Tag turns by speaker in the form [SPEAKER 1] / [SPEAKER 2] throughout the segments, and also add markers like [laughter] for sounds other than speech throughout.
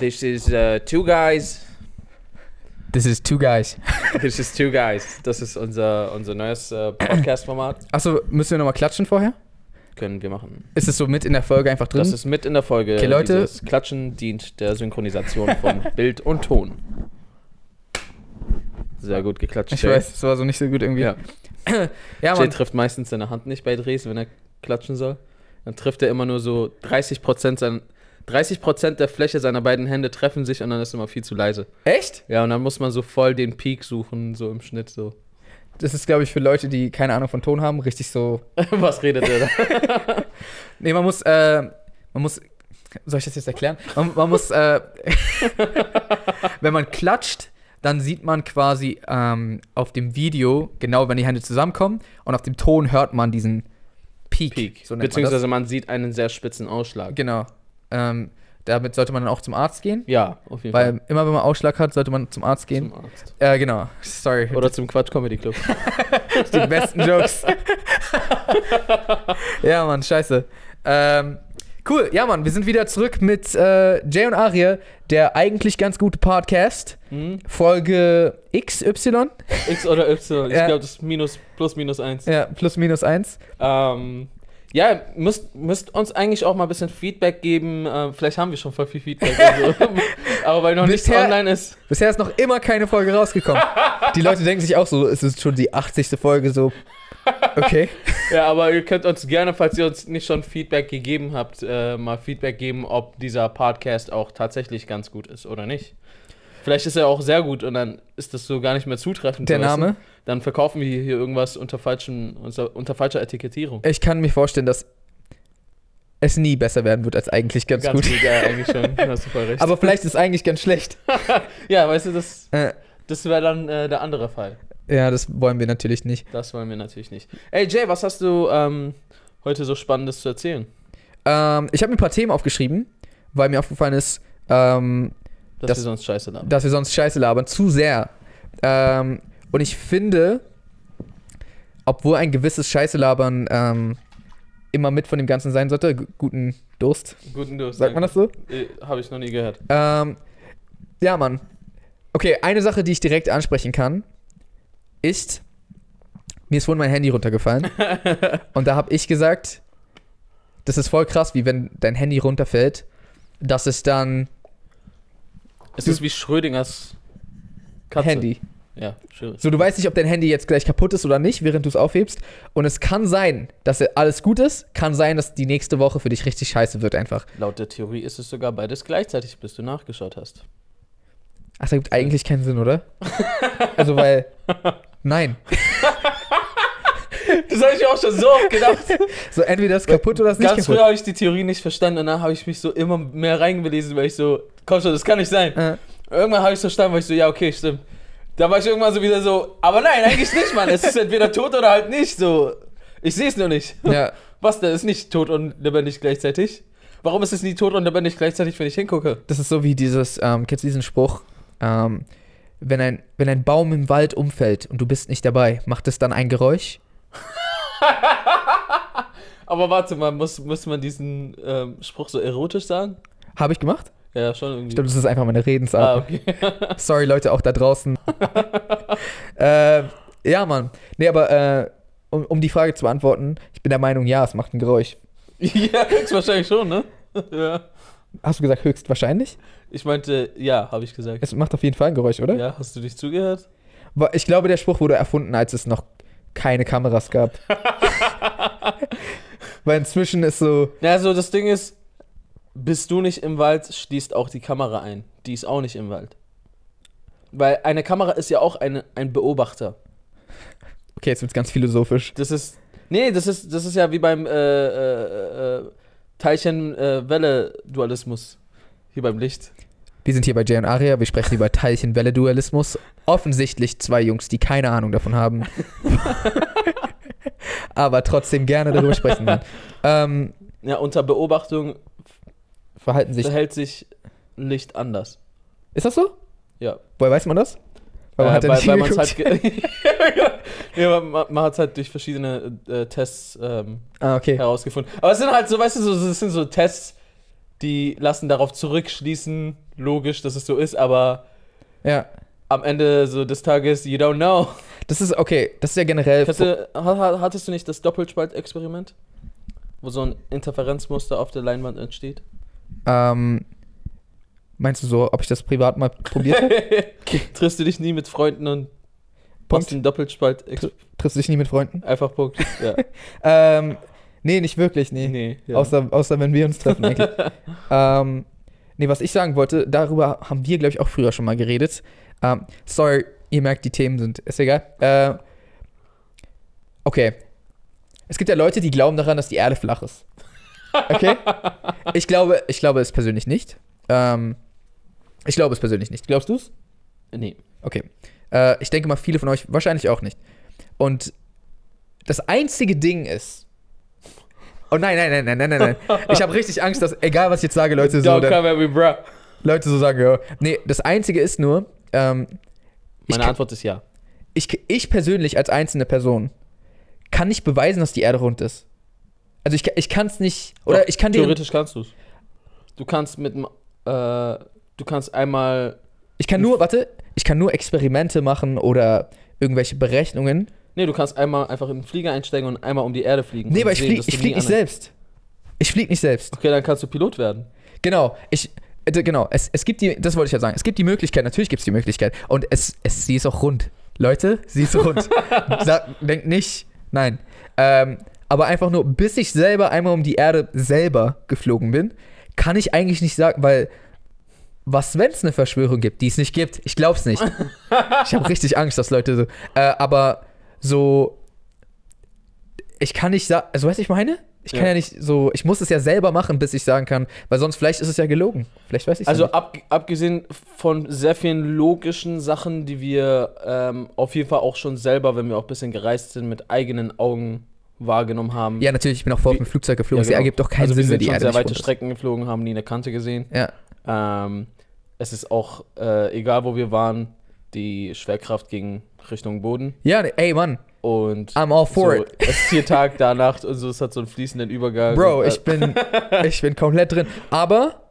[SPEAKER 1] This is äh, Two Guys. [laughs]
[SPEAKER 2] This is two guys.
[SPEAKER 1] This is Two Guys. Das ist unser, unser neues äh,
[SPEAKER 2] [clears throat]
[SPEAKER 1] Podcast-Format.
[SPEAKER 2] Achso, müssen wir nochmal klatschen vorher?
[SPEAKER 1] Können wir machen.
[SPEAKER 2] Ist es so mit in der Folge einfach drin?
[SPEAKER 1] Das ist mit in der Folge.
[SPEAKER 2] Okay, Leute.
[SPEAKER 1] Dieses Klatschen dient der Synchronisation von
[SPEAKER 2] [laughs]
[SPEAKER 1] Bild und Ton. Sehr gut geklatscht.
[SPEAKER 2] ich
[SPEAKER 1] Jay.
[SPEAKER 2] weiß, das war so nicht so gut irgendwie.
[SPEAKER 1] Ja.
[SPEAKER 2] ja
[SPEAKER 1] Jay
[SPEAKER 2] Mann.
[SPEAKER 1] trifft meistens seine Hand nicht bei Drehs, wenn er klatschen soll. Dann trifft er immer nur so 30% sein. 30% der Fläche seiner beiden Hände treffen sich und dann ist immer viel zu leise.
[SPEAKER 2] Echt?
[SPEAKER 1] Ja, und dann muss man so voll den Peak suchen, so im Schnitt so. [laughs]
[SPEAKER 2] Das ist, glaube ich, für Leute, die keine Ahnung von Ton haben, richtig so.
[SPEAKER 1] Was redet er da?
[SPEAKER 2] Nee, man muss, äh, man muss. Soll ich das jetzt erklären? Man, man muss, äh, [laughs] wenn man klatscht, dann sieht man quasi ähm, auf dem Video genau, wenn die Hände zusammenkommen und auf dem Ton hört man diesen Peak.
[SPEAKER 1] Peak.
[SPEAKER 2] So nennt man das.
[SPEAKER 1] Beziehungsweise man, sieht einen sehr spitzen Ausschlag.
[SPEAKER 2] Genau. Ähm, damit sollte man dann auch zum Arzt gehen.
[SPEAKER 1] ja, auf jeden
[SPEAKER 2] Weil immer, wenn man Ausschlag hat, sollte man zum Arzt
[SPEAKER 1] Fall.
[SPEAKER 2] gehen.
[SPEAKER 1] Zum Arzt.
[SPEAKER 2] Äh, genau. Sorry. [laughs]
[SPEAKER 1] Oder zum Quatsch Comedy Club.
[SPEAKER 2] die besten Jokes. [laughs] ja, Mann, scheiße. Ähm, cool, ja, Mann, wir sind wieder zurück mit äh, Jay und Arie, der eigentlich ganz gute Podcast.
[SPEAKER 1] Hm?
[SPEAKER 2] Folge XY,
[SPEAKER 1] [laughs] X oder Y. Ich
[SPEAKER 2] Ja.
[SPEAKER 1] glaube, das ist minus, plus minus eins.
[SPEAKER 2] ja, plus minus eins.
[SPEAKER 1] Ähm, ja, müsst, müsst uns eigentlich auch mal ein bisschen Feedback geben. Ähm, vielleicht haben wir schon voll viel Feedback. [laughs] Also, aber weil noch nichts
[SPEAKER 2] Bisher-
[SPEAKER 1] online ist.
[SPEAKER 2] Bisher ist noch immer keine Folge rausgekommen. Die Leute denken sich auch so, es ist schon die 80. Folge, so. [laughs] Okay.
[SPEAKER 1] Ja, aber ihr könnt uns gerne, falls ihr uns nicht schon Feedback gegeben habt, äh, mal Feedback geben, ob dieser Podcast auch tatsächlich ganz gut ist oder nicht. Vielleicht ist er auch sehr gut und dann ist das so gar nicht mehr zutreffend.
[SPEAKER 2] Der
[SPEAKER 1] weißt du?
[SPEAKER 2] Name?
[SPEAKER 1] Dann verkaufen wir hier irgendwas unter, falschen, unter, unter falscher Etikettierung.
[SPEAKER 2] Ich kann mir vorstellen, dass es nie besser werden wird als eigentlich ganz, gut.
[SPEAKER 1] ja, eigentlich
[SPEAKER 2] [laughs]
[SPEAKER 1] schon. Hast du voll recht.
[SPEAKER 2] Aber vielleicht ist es eigentlich ganz schlecht.
[SPEAKER 1] [laughs] ja, weißt du, das,
[SPEAKER 2] Äh,
[SPEAKER 1] das wäre dann äh, der andere Fall.
[SPEAKER 2] ja, das wollen wir natürlich nicht.
[SPEAKER 1] Das wollen wir natürlich nicht. Ey, Jay, was hast du ähm, heute so Spannendes zu erzählen?
[SPEAKER 2] Ähm, ich habe mir ein paar Themen aufgeschrieben, weil mir aufgefallen ist, ähm,
[SPEAKER 1] Dass
[SPEAKER 2] Das-
[SPEAKER 1] wir sonst scheiße labern.
[SPEAKER 2] dass wir sonst Scheiße labern. Zu sehr. Ähm, und ich finde, obwohl ein gewisses Scheiße labern ähm, immer mit von dem Ganzen sein sollte, gu- guten Durst,
[SPEAKER 1] Guten Durst.
[SPEAKER 2] sagt man das so?
[SPEAKER 1] Habe ich noch nie gehört.
[SPEAKER 2] Ähm, ja, Mann. Okay, eine Sache, die ich direkt ansprechen kann, ist, mir ist vorhin mein Handy
[SPEAKER 1] [laughs]
[SPEAKER 2] runtergefallen. und da habe ich gesagt, das ist voll krass, wie wenn dein Handy runterfällt, dass es dann
[SPEAKER 1] Es
[SPEAKER 2] Du-
[SPEAKER 1] ist wie Schrödingers Katze.
[SPEAKER 2] Handy.
[SPEAKER 1] Ja, Schrödingers.
[SPEAKER 2] So, du weißt nicht, ob dein Handy jetzt gleich kaputt ist oder nicht, während du es aufhebst. Und es kann sein, dass alles gut ist, kann sein, dass die nächste Woche für dich richtig scheiße wird einfach.
[SPEAKER 1] Laut der Theorie ist es sogar beides gleichzeitig, bis du nachgeschaut hast.
[SPEAKER 2] Ach, das gibt eigentlich keinen
[SPEAKER 1] [laughs]
[SPEAKER 2] Sinn, oder? also, weil. Nein.
[SPEAKER 1] Das habe ich auch schon so oft gedacht.
[SPEAKER 2] So, entweder ist es kaputt oder es ist nicht
[SPEAKER 1] Ganz früher
[SPEAKER 2] kaputt.
[SPEAKER 1] habe ich die Theorie nicht verstanden und dann habe ich mich so immer mehr reingelesen, weil ich so, komm schon, das kann nicht sein.
[SPEAKER 2] Äh.
[SPEAKER 1] Irgendwann habe ich so verstanden, weil ich so, ja, okay, stimmt. Da war ich irgendwann so wieder so, aber nein, eigentlich nicht, Mann. Es ist entweder tot oder halt nicht. So, ich sehe es nur nicht.
[SPEAKER 2] Ja,
[SPEAKER 1] Was denn? Ist nicht tot und lebendig gleichzeitig? Warum ist es nie tot und lebendig gleichzeitig, wenn ich hingucke?
[SPEAKER 2] [laughs] das ist so wie dieses, ähm, kennst du diesen Spruch? Ähm, wenn, ein, wenn ein Baum im Wald umfällt und du bist nicht dabei, macht es dann ein Geräusch?
[SPEAKER 1] Aber warte mal, muss, muss man diesen ähm, Spruch so erotisch sagen?
[SPEAKER 2] Habe ich gemacht?
[SPEAKER 1] Ja, schon irgendwie.
[SPEAKER 2] Ich glaube, das ist einfach meine Redensart.
[SPEAKER 1] ah, okay. [laughs]
[SPEAKER 2] [laughs] Sorry, Leute, auch da draußen. äh, ja, Mann. Nee, aber äh, um, um die Frage zu beantworten, ich bin der Meinung, ja, es macht ein Geräusch.
[SPEAKER 1] ja, höchstwahrscheinlich schon, ne? ja.
[SPEAKER 2] Hast du gesagt, höchstwahrscheinlich?
[SPEAKER 1] Ich meinte, ja, habe ich gesagt.
[SPEAKER 2] Es macht auf jeden Fall ein Geräusch, oder?
[SPEAKER 1] Ja, hast du dich zugehört?
[SPEAKER 2] Wa- Ich glaube, der Spruch wurde erfunden, als es noch keine Kameras gab.
[SPEAKER 1] [laughs]
[SPEAKER 2] [laughs] Weil inzwischen ist so,
[SPEAKER 1] Na, also das Ding ist, bist du nicht im Wald, schließt auch die Kamera ein. Die ist auch nicht im Wald. Weil eine Kamera ist ja auch eine, ein Beobachter.
[SPEAKER 2] okay, jetzt wird's ganz philosophisch.
[SPEAKER 1] Das ist. Nee, das ist, das ist ja wie beim äh, äh, äh, Teilchen-Welle-Dualismus. Hier beim Licht.
[SPEAKER 2] Wir sind hier bei Jay und Aria, wir sprechen über Teilchen-Welle-Dualismus. Offensichtlich zwei Jungs, die keine Ahnung
[SPEAKER 1] [laughs]
[SPEAKER 2] davon haben. aber trotzdem gerne darüber sprechen werden. Ähm,
[SPEAKER 1] Ja, unter Beobachtung
[SPEAKER 2] verhalten sich.
[SPEAKER 1] verhält sich Licht anders.
[SPEAKER 2] Ist das so?
[SPEAKER 1] Ja.
[SPEAKER 2] Woher weiß man das? Weil man hat ja
[SPEAKER 1] Äh, weil,
[SPEAKER 2] nicht
[SPEAKER 1] weil man's
[SPEAKER 2] hingeguckt.
[SPEAKER 1] halt ge- [laughs] ja, man- man, man hat es halt durch verschiedene äh, Tests ähm,
[SPEAKER 2] Ah, okay.
[SPEAKER 1] herausgefunden. Aber es sind halt so, weißt du, so, es sind so Tests, die lassen darauf zurückschließen, logisch, dass es so ist, aber
[SPEAKER 2] Ja.
[SPEAKER 1] am Ende so des Tages, you don't know.
[SPEAKER 2] Das ist okay, das ist ja generell.
[SPEAKER 1] Ich hatte, ha- ha- hattest du nicht das Doppelspaltexperiment? Wo so ein Interferenzmuster auf der Leinwand
[SPEAKER 2] [laughs]
[SPEAKER 1] entsteht?
[SPEAKER 2] ähm, meinst du so, ob ich das privat mal
[SPEAKER 1] [laughs]
[SPEAKER 2] probiert habe?
[SPEAKER 1] Triffst du dich nie mit Freunden und
[SPEAKER 2] Punkt.
[SPEAKER 1] passt ein Doppelspalt
[SPEAKER 2] Triffst du dich nie mit Freunden?
[SPEAKER 1] einfach Punkt. Ja.
[SPEAKER 2] Ähm, nee, nicht wirklich, [laughs] nee.
[SPEAKER 1] nee. Ja.
[SPEAKER 2] Außer, außer wenn wir uns treffen, eigentlich. ähm, nee, was ich sagen wollte, darüber haben wir, glaube ich, auch früher schon mal geredet. Ähm, sorry, ihr merkt, die Themen sind, ist egal. Äh, okay. Es gibt ja Leute, die glauben daran, dass die Erde flach ist. Okay? ich glaube, ich glaube es persönlich nicht. Ähm, ich glaube es persönlich nicht. Glaubst du es?
[SPEAKER 1] nee.
[SPEAKER 2] Okay. Äh, ich denke mal, viele von euch wahrscheinlich auch nicht. Und das einzige Ding ist. Oh nein, nein, nein, nein, nein, nein,
[SPEAKER 1] [laughs]
[SPEAKER 2] nein. Ich habe richtig Angst, dass, egal was ich jetzt sage, Leute so,
[SPEAKER 1] Don't
[SPEAKER 2] dann,
[SPEAKER 1] come at me, bruh.
[SPEAKER 2] Leute so sagen, ja. Nee, das einzige ist nur, ähm, ich,
[SPEAKER 1] Meine
[SPEAKER 2] kann,
[SPEAKER 1] Antwort ist ja.
[SPEAKER 2] ich, ich persönlich als einzelne Person kann nicht beweisen, dass die Erde rund ist. Also ich, ich kann es nicht, oder
[SPEAKER 1] Doch,
[SPEAKER 2] ich kann deren,
[SPEAKER 1] Theoretisch kannst du es. Du kannst mit dem. Äh, du kannst einmal.
[SPEAKER 2] ich kann nur, warte, ich kann nur Experimente machen oder irgendwelche Berechnungen.
[SPEAKER 1] Nee, du kannst einmal einfach in den Flieger einsteigen und einmal um die Erde fliegen.
[SPEAKER 2] Nee,
[SPEAKER 1] und
[SPEAKER 2] aber ich
[SPEAKER 1] sehen,
[SPEAKER 2] fliege
[SPEAKER 1] dass du
[SPEAKER 2] ich
[SPEAKER 1] nie
[SPEAKER 2] flieg nicht
[SPEAKER 1] an-
[SPEAKER 2] selbst. Ich fliege nicht selbst.
[SPEAKER 1] Okay, dann kannst du Pilot werden.
[SPEAKER 2] Genau, ich. äh, Genau, es, es gibt die, das wollte ich ja sagen, es gibt die Möglichkeit, natürlich gibt es die Möglichkeit. Und es, es, sie ist auch rund. Leute, sie ist rund. Sa- Denkt nicht, nein. Ähm, aber einfach nur, bis ich selber einmal um die Erde selber geflogen bin, kann ich eigentlich nicht sagen, weil was, wenn es eine Verschwörung gibt, die es nicht gibt? Ich glaub's nicht. ich habe richtig Angst, dass Leute so. Äh, aber so. Ich kann nicht sagen. Also, weißt du, was ich meine? Ich kann ja.
[SPEAKER 1] Ja.
[SPEAKER 2] nicht so. Ich muss es ja selber machen, bis ich sagen kann, weil sonst vielleicht ist es ja gelogen. Vielleicht weiß ich
[SPEAKER 1] Also
[SPEAKER 2] nicht.
[SPEAKER 1] ab, abgesehen von sehr vielen logischen Sachen, die wir ähm, auf jeden Fall auch schon selber, wenn wir auch ein bisschen gereist sind, mit eigenen Augen wahrgenommen haben.
[SPEAKER 2] Ja, natürlich, ich bin auch vor
[SPEAKER 1] Wie-
[SPEAKER 2] mit dem Flugzeug geflogen. Es
[SPEAKER 1] genau.
[SPEAKER 2] ergibt doch keinen
[SPEAKER 1] also
[SPEAKER 2] Sinn,
[SPEAKER 1] wir
[SPEAKER 2] wenn
[SPEAKER 1] sind
[SPEAKER 2] die
[SPEAKER 1] schon
[SPEAKER 2] Erde
[SPEAKER 1] sehr
[SPEAKER 2] nicht
[SPEAKER 1] weite
[SPEAKER 2] rund ist.
[SPEAKER 1] Strecken geflogen, haben nie eine Kante gesehen.
[SPEAKER 2] Ja,
[SPEAKER 1] Ähm, es ist auch, äh, egal wo wir waren, die Schwerkraft ging Richtung Boden.
[SPEAKER 2] ja nee, ey, Mann,
[SPEAKER 1] Und
[SPEAKER 2] I'm all for
[SPEAKER 1] so,
[SPEAKER 2] it.
[SPEAKER 1] es ist hier Tag, da Nacht und so, es hat so einen fließenden Übergang.
[SPEAKER 2] Bro,
[SPEAKER 1] Und, äh,
[SPEAKER 2] ich bin,
[SPEAKER 1] [laughs]
[SPEAKER 2] ich bin komplett drin. Aber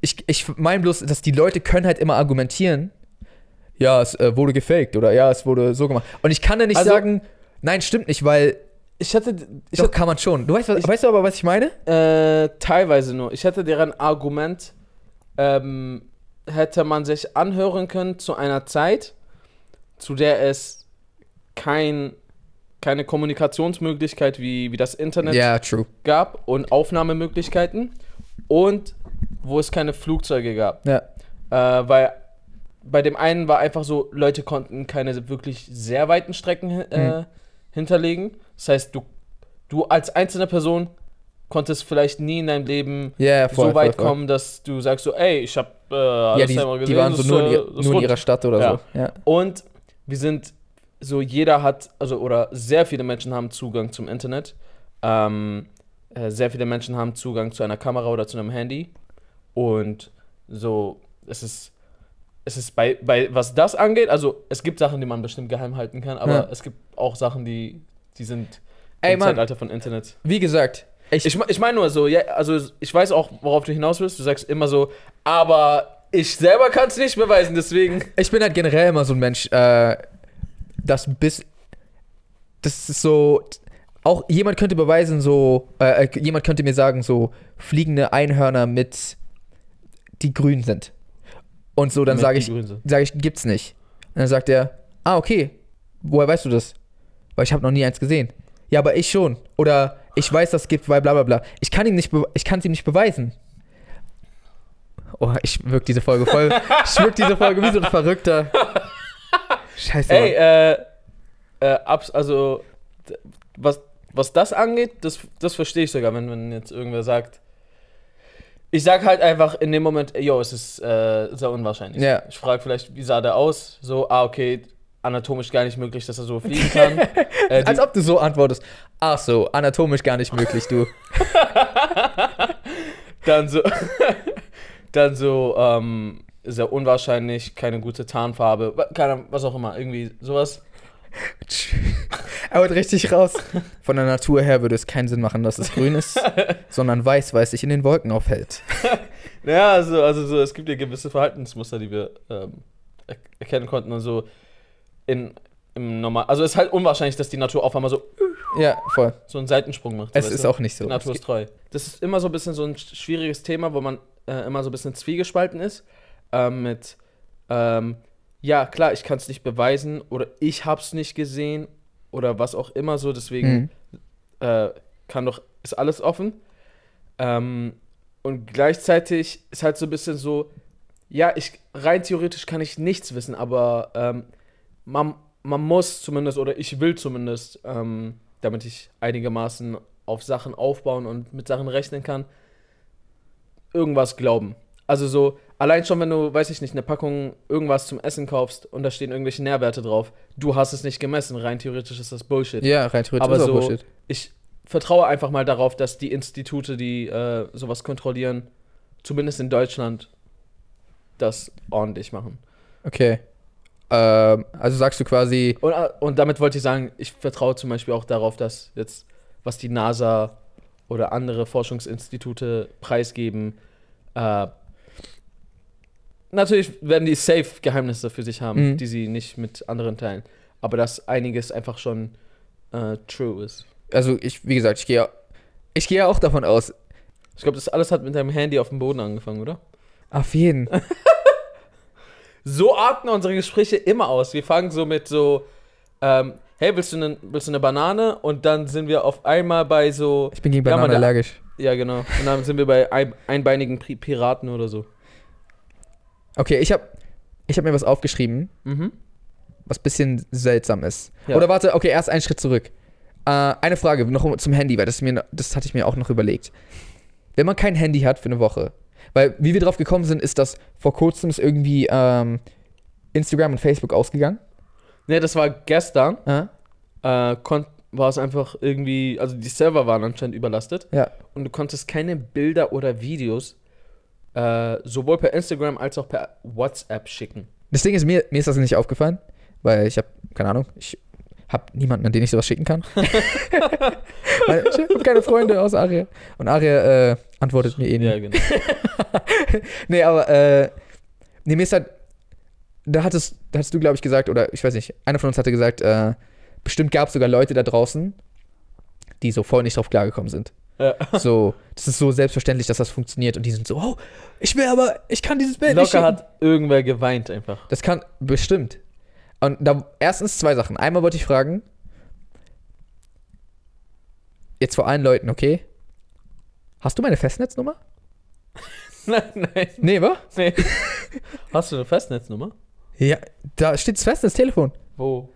[SPEAKER 2] ich, ich meine bloß, dass die Leute können halt immer argumentieren, ja, es äh, wurde gefaked oder ja, es wurde so gemacht. Und ich kann da nicht
[SPEAKER 1] Also-
[SPEAKER 2] sagen, nein, stimmt nicht, weil
[SPEAKER 1] ich hatte, ich
[SPEAKER 2] doch kann man schon. Du weißt, was,
[SPEAKER 1] ich-
[SPEAKER 2] weißt du aber, was ich meine?
[SPEAKER 1] Äh, teilweise nur. Ich hätte deren Argument, ähm, hätte man sich anhören können zu einer Zeit, zu der es kein, keine Kommunikationsmöglichkeit wie, wie das Internet
[SPEAKER 2] Ja, true.
[SPEAKER 1] gab und Aufnahmemöglichkeiten und wo es keine Flugzeuge gab.
[SPEAKER 2] Ja.
[SPEAKER 1] Äh, weil bei dem einen war einfach so, Leute konnten keine wirklich sehr weiten Strecken äh,
[SPEAKER 2] Mhm.
[SPEAKER 1] hinterlegen. Das heißt, du, du als einzelne Person konntest vielleicht nie in deinem Leben
[SPEAKER 2] Ja, ja, voll,
[SPEAKER 1] so weit
[SPEAKER 2] voll, voll.
[SPEAKER 1] kommen, dass du sagst so, ey, ich hab äh, alles
[SPEAKER 2] Ja, die,
[SPEAKER 1] einmal gesehen.
[SPEAKER 2] die waren so
[SPEAKER 1] das,
[SPEAKER 2] nur, in,
[SPEAKER 1] äh,
[SPEAKER 2] ihr,
[SPEAKER 1] das
[SPEAKER 2] nur in
[SPEAKER 1] rund.
[SPEAKER 2] ihrer Stadt oder
[SPEAKER 1] Ja.
[SPEAKER 2] so. Ja.
[SPEAKER 1] Und wir sind so, jeder hat, also oder sehr viele Menschen haben Zugang zum Internet. Ähm, äh, sehr viele Menschen haben Zugang zu einer Kamera oder zu einem Handy. Und so, es ist, es ist bei, bei, was das angeht, also es gibt Sachen, die man bestimmt geheim halten kann, aber
[SPEAKER 2] Ja.
[SPEAKER 1] es gibt auch Sachen, die, die sind
[SPEAKER 2] Ey,
[SPEAKER 1] im
[SPEAKER 2] Mann.
[SPEAKER 1] Zeitalter von Internet.
[SPEAKER 2] Wie gesagt, ich,
[SPEAKER 1] Ich, me- ich meine nur so, ja, also ich weiß auch, worauf du hinaus willst. Du sagst immer so, aber ich selber kann es nicht beweisen, deswegen.
[SPEAKER 2] ich bin halt generell immer so ein Mensch, äh, das bis. Das ist so. Auch jemand könnte beweisen, so. Äh, äh, jemand könnte mir sagen, so. Fliegende Einhörner mit. Die grün sind. Und so, dann
[SPEAKER 1] Mit
[SPEAKER 2] sage
[SPEAKER 1] die
[SPEAKER 2] ich,
[SPEAKER 1] Grünse.
[SPEAKER 2] sage ich, gibt's nicht. Und dann sagt er, ah, okay. Woher weißt du das? Weil ich habe noch nie eins gesehen. Ja, aber ich schon. Oder ich weiß, dass es gibt, weil bla bla bla. Ich kann ihm nicht, be- ich kann's ihm nicht beweisen. Oh, ich wirk diese Folge voll. ich wirk diese Folge wie so ein Verrückter. Scheiße.
[SPEAKER 1] Ey, äh,
[SPEAKER 2] Ey,
[SPEAKER 1] äh, abs also, d- was, was das angeht, das, das verstehe ich sogar, wenn, wenn jetzt irgendwer sagt. Ich sag halt einfach in dem Moment, ey, yo, es ist äh, sehr unwahrscheinlich.
[SPEAKER 2] Ja.
[SPEAKER 1] Ich frage vielleicht, wie sah der aus? So, ah, okay, anatomisch gar nicht möglich, dass er so fliegen kann. äh, die,
[SPEAKER 2] Als ob du so antwortest. Ach so, anatomisch gar nicht möglich, du.
[SPEAKER 1] [laughs] dann so, [laughs] dann so, ähm, sehr unwahrscheinlich, keine gute Tarnfarbe, wa- keine, was auch immer, irgendwie sowas.
[SPEAKER 2] Er haut richtig raus. Von der Natur her würde es keinen Sinn machen, dass es grün ist, sondern weiß, weil es sich in den Wolken aufhält.
[SPEAKER 1] Ja, also, also so, es gibt ja gewisse Verhaltensmuster, die wir ähm, er erkennen konnten und so in im normal also es ist halt unwahrscheinlich, dass die Natur auf einmal so
[SPEAKER 2] Ja, voll.
[SPEAKER 1] so einen Seitensprung macht. so,
[SPEAKER 2] Es
[SPEAKER 1] weißt
[SPEAKER 2] ist
[SPEAKER 1] du?
[SPEAKER 2] auch nicht so.
[SPEAKER 1] Die Natur
[SPEAKER 2] Es
[SPEAKER 1] ist treu. Das ist immer so ein bisschen so ein sch- schwieriges Thema, wo man äh, immer so ein bisschen zwiegespalten ist. Ähm, mit, ähm, ja, klar, ich kann es nicht beweisen oder ich hab's nicht gesehen oder was auch immer so.
[SPEAKER 2] Mhm.
[SPEAKER 1] Deswegen äh, kann doch, ist alles offen. Ähm, und gleichzeitig ist halt so ein bisschen so, ja, ich rein theoretisch kann ich nichts wissen, aber ähm, man, man muss zumindest oder ich will zumindest, ähm, damit ich einigermaßen auf Sachen aufbauen und mit Sachen rechnen kann, irgendwas glauben. Also so, allein schon, wenn du, weiß ich nicht, eine Packung irgendwas zum Essen kaufst und da stehen irgendwelche Nährwerte drauf, du hast es nicht gemessen, rein theoretisch ist das Bullshit.
[SPEAKER 2] Ja, rein theoretisch
[SPEAKER 1] Aber
[SPEAKER 2] ist auch
[SPEAKER 1] so,
[SPEAKER 2] Bullshit.
[SPEAKER 1] ich vertraue einfach mal darauf, dass die Institute, die äh, sowas kontrollieren, zumindest in Deutschland, das ordentlich machen.
[SPEAKER 2] Okay. Ähm, also sagst du quasi,
[SPEAKER 1] Und, äh, und damit wollte ich sagen, ich vertraue zum Beispiel auch darauf, dass jetzt, was die NASA oder andere Forschungsinstitute preisgeben, äh, natürlich werden die safe Geheimnisse für sich haben,
[SPEAKER 2] Mhm.
[SPEAKER 1] die sie nicht mit anderen teilen. Aber dass einiges einfach schon äh, true ist.
[SPEAKER 2] also ich, wie gesagt, ich gehe ich gehe auch davon aus,
[SPEAKER 1] Ich glaube, das alles hat mit deinem Handy auf dem Boden angefangen, oder?
[SPEAKER 2] auf jeden.
[SPEAKER 1] So arten unsere Gespräche immer aus. Wir fangen so mit so, ähm, hey, willst du, ne, willst du eine Banane? Und dann sind wir auf einmal bei so,
[SPEAKER 2] Ich bin gegen
[SPEAKER 1] [laughs] Ja, Mann,
[SPEAKER 2] Bananen
[SPEAKER 1] der-
[SPEAKER 2] allergisch.
[SPEAKER 1] ja genau, und dann sind wir bei ein, einbeinigen Pri Piraten oder so.
[SPEAKER 2] Okay, ich habe ich hab mir was aufgeschrieben,
[SPEAKER 1] Mhm.
[SPEAKER 2] was ein bisschen seltsam ist.
[SPEAKER 1] Ja.
[SPEAKER 2] Oder warte, okay, erst einen Schritt zurück. Äh, eine Frage noch zum Handy, weil das, mir, das hatte ich mir auch noch überlegt. Wenn man kein Handy hat für eine Woche, weil wie wir drauf gekommen sind, ist, dass vor kurzem ist irgendwie ähm, Instagram und Facebook ausgegangen.
[SPEAKER 1] Ne, das war gestern,
[SPEAKER 2] Äh?
[SPEAKER 1] äh, kon- war es einfach irgendwie, also die Server waren anscheinend überlastet
[SPEAKER 2] Ja.
[SPEAKER 1] und du konntest keine Bilder oder Videos äh, sowohl per Instagram als auch per WhatsApp schicken.
[SPEAKER 2] Das Ding ist, mir, mir ist das nicht aufgefallen, weil ich habe, keine Ahnung, ich habe niemanden, an den ich sowas schicken kann. Weil ich habe keine Freunde aus Aria. Und Aria äh, antwortet mir eh nie.
[SPEAKER 1] Ja, genau.
[SPEAKER 2] Nee, aber äh, nee, mir ist halt, da hattest, da hattest du, glaube ich, gesagt, oder ich weiß nicht, einer von uns hatte gesagt, äh, bestimmt gab es sogar Leute da draußen, die so voll nicht drauf klargekommen sind.
[SPEAKER 1] Ja.
[SPEAKER 2] So, das ist so selbstverständlich, dass das funktioniert und die sind so, oh, ich will aber, ich kann dieses Bild [laughs] nicht
[SPEAKER 1] Locker
[SPEAKER 2] schicken.
[SPEAKER 1] hat irgendwer geweint einfach.
[SPEAKER 2] Das kann, bestimmt. Und da, erstens zwei Sachen. Einmal wollte ich fragen, jetzt vor allen Leuten, okay? Hast du meine Festnetznummer?
[SPEAKER 1] [laughs] nein, nein.
[SPEAKER 2] Nee, wa?
[SPEAKER 1] Nee. Hast du eine Festnetznummer?
[SPEAKER 2] Ja, da steht das Festnetztelefon.
[SPEAKER 1] Wo?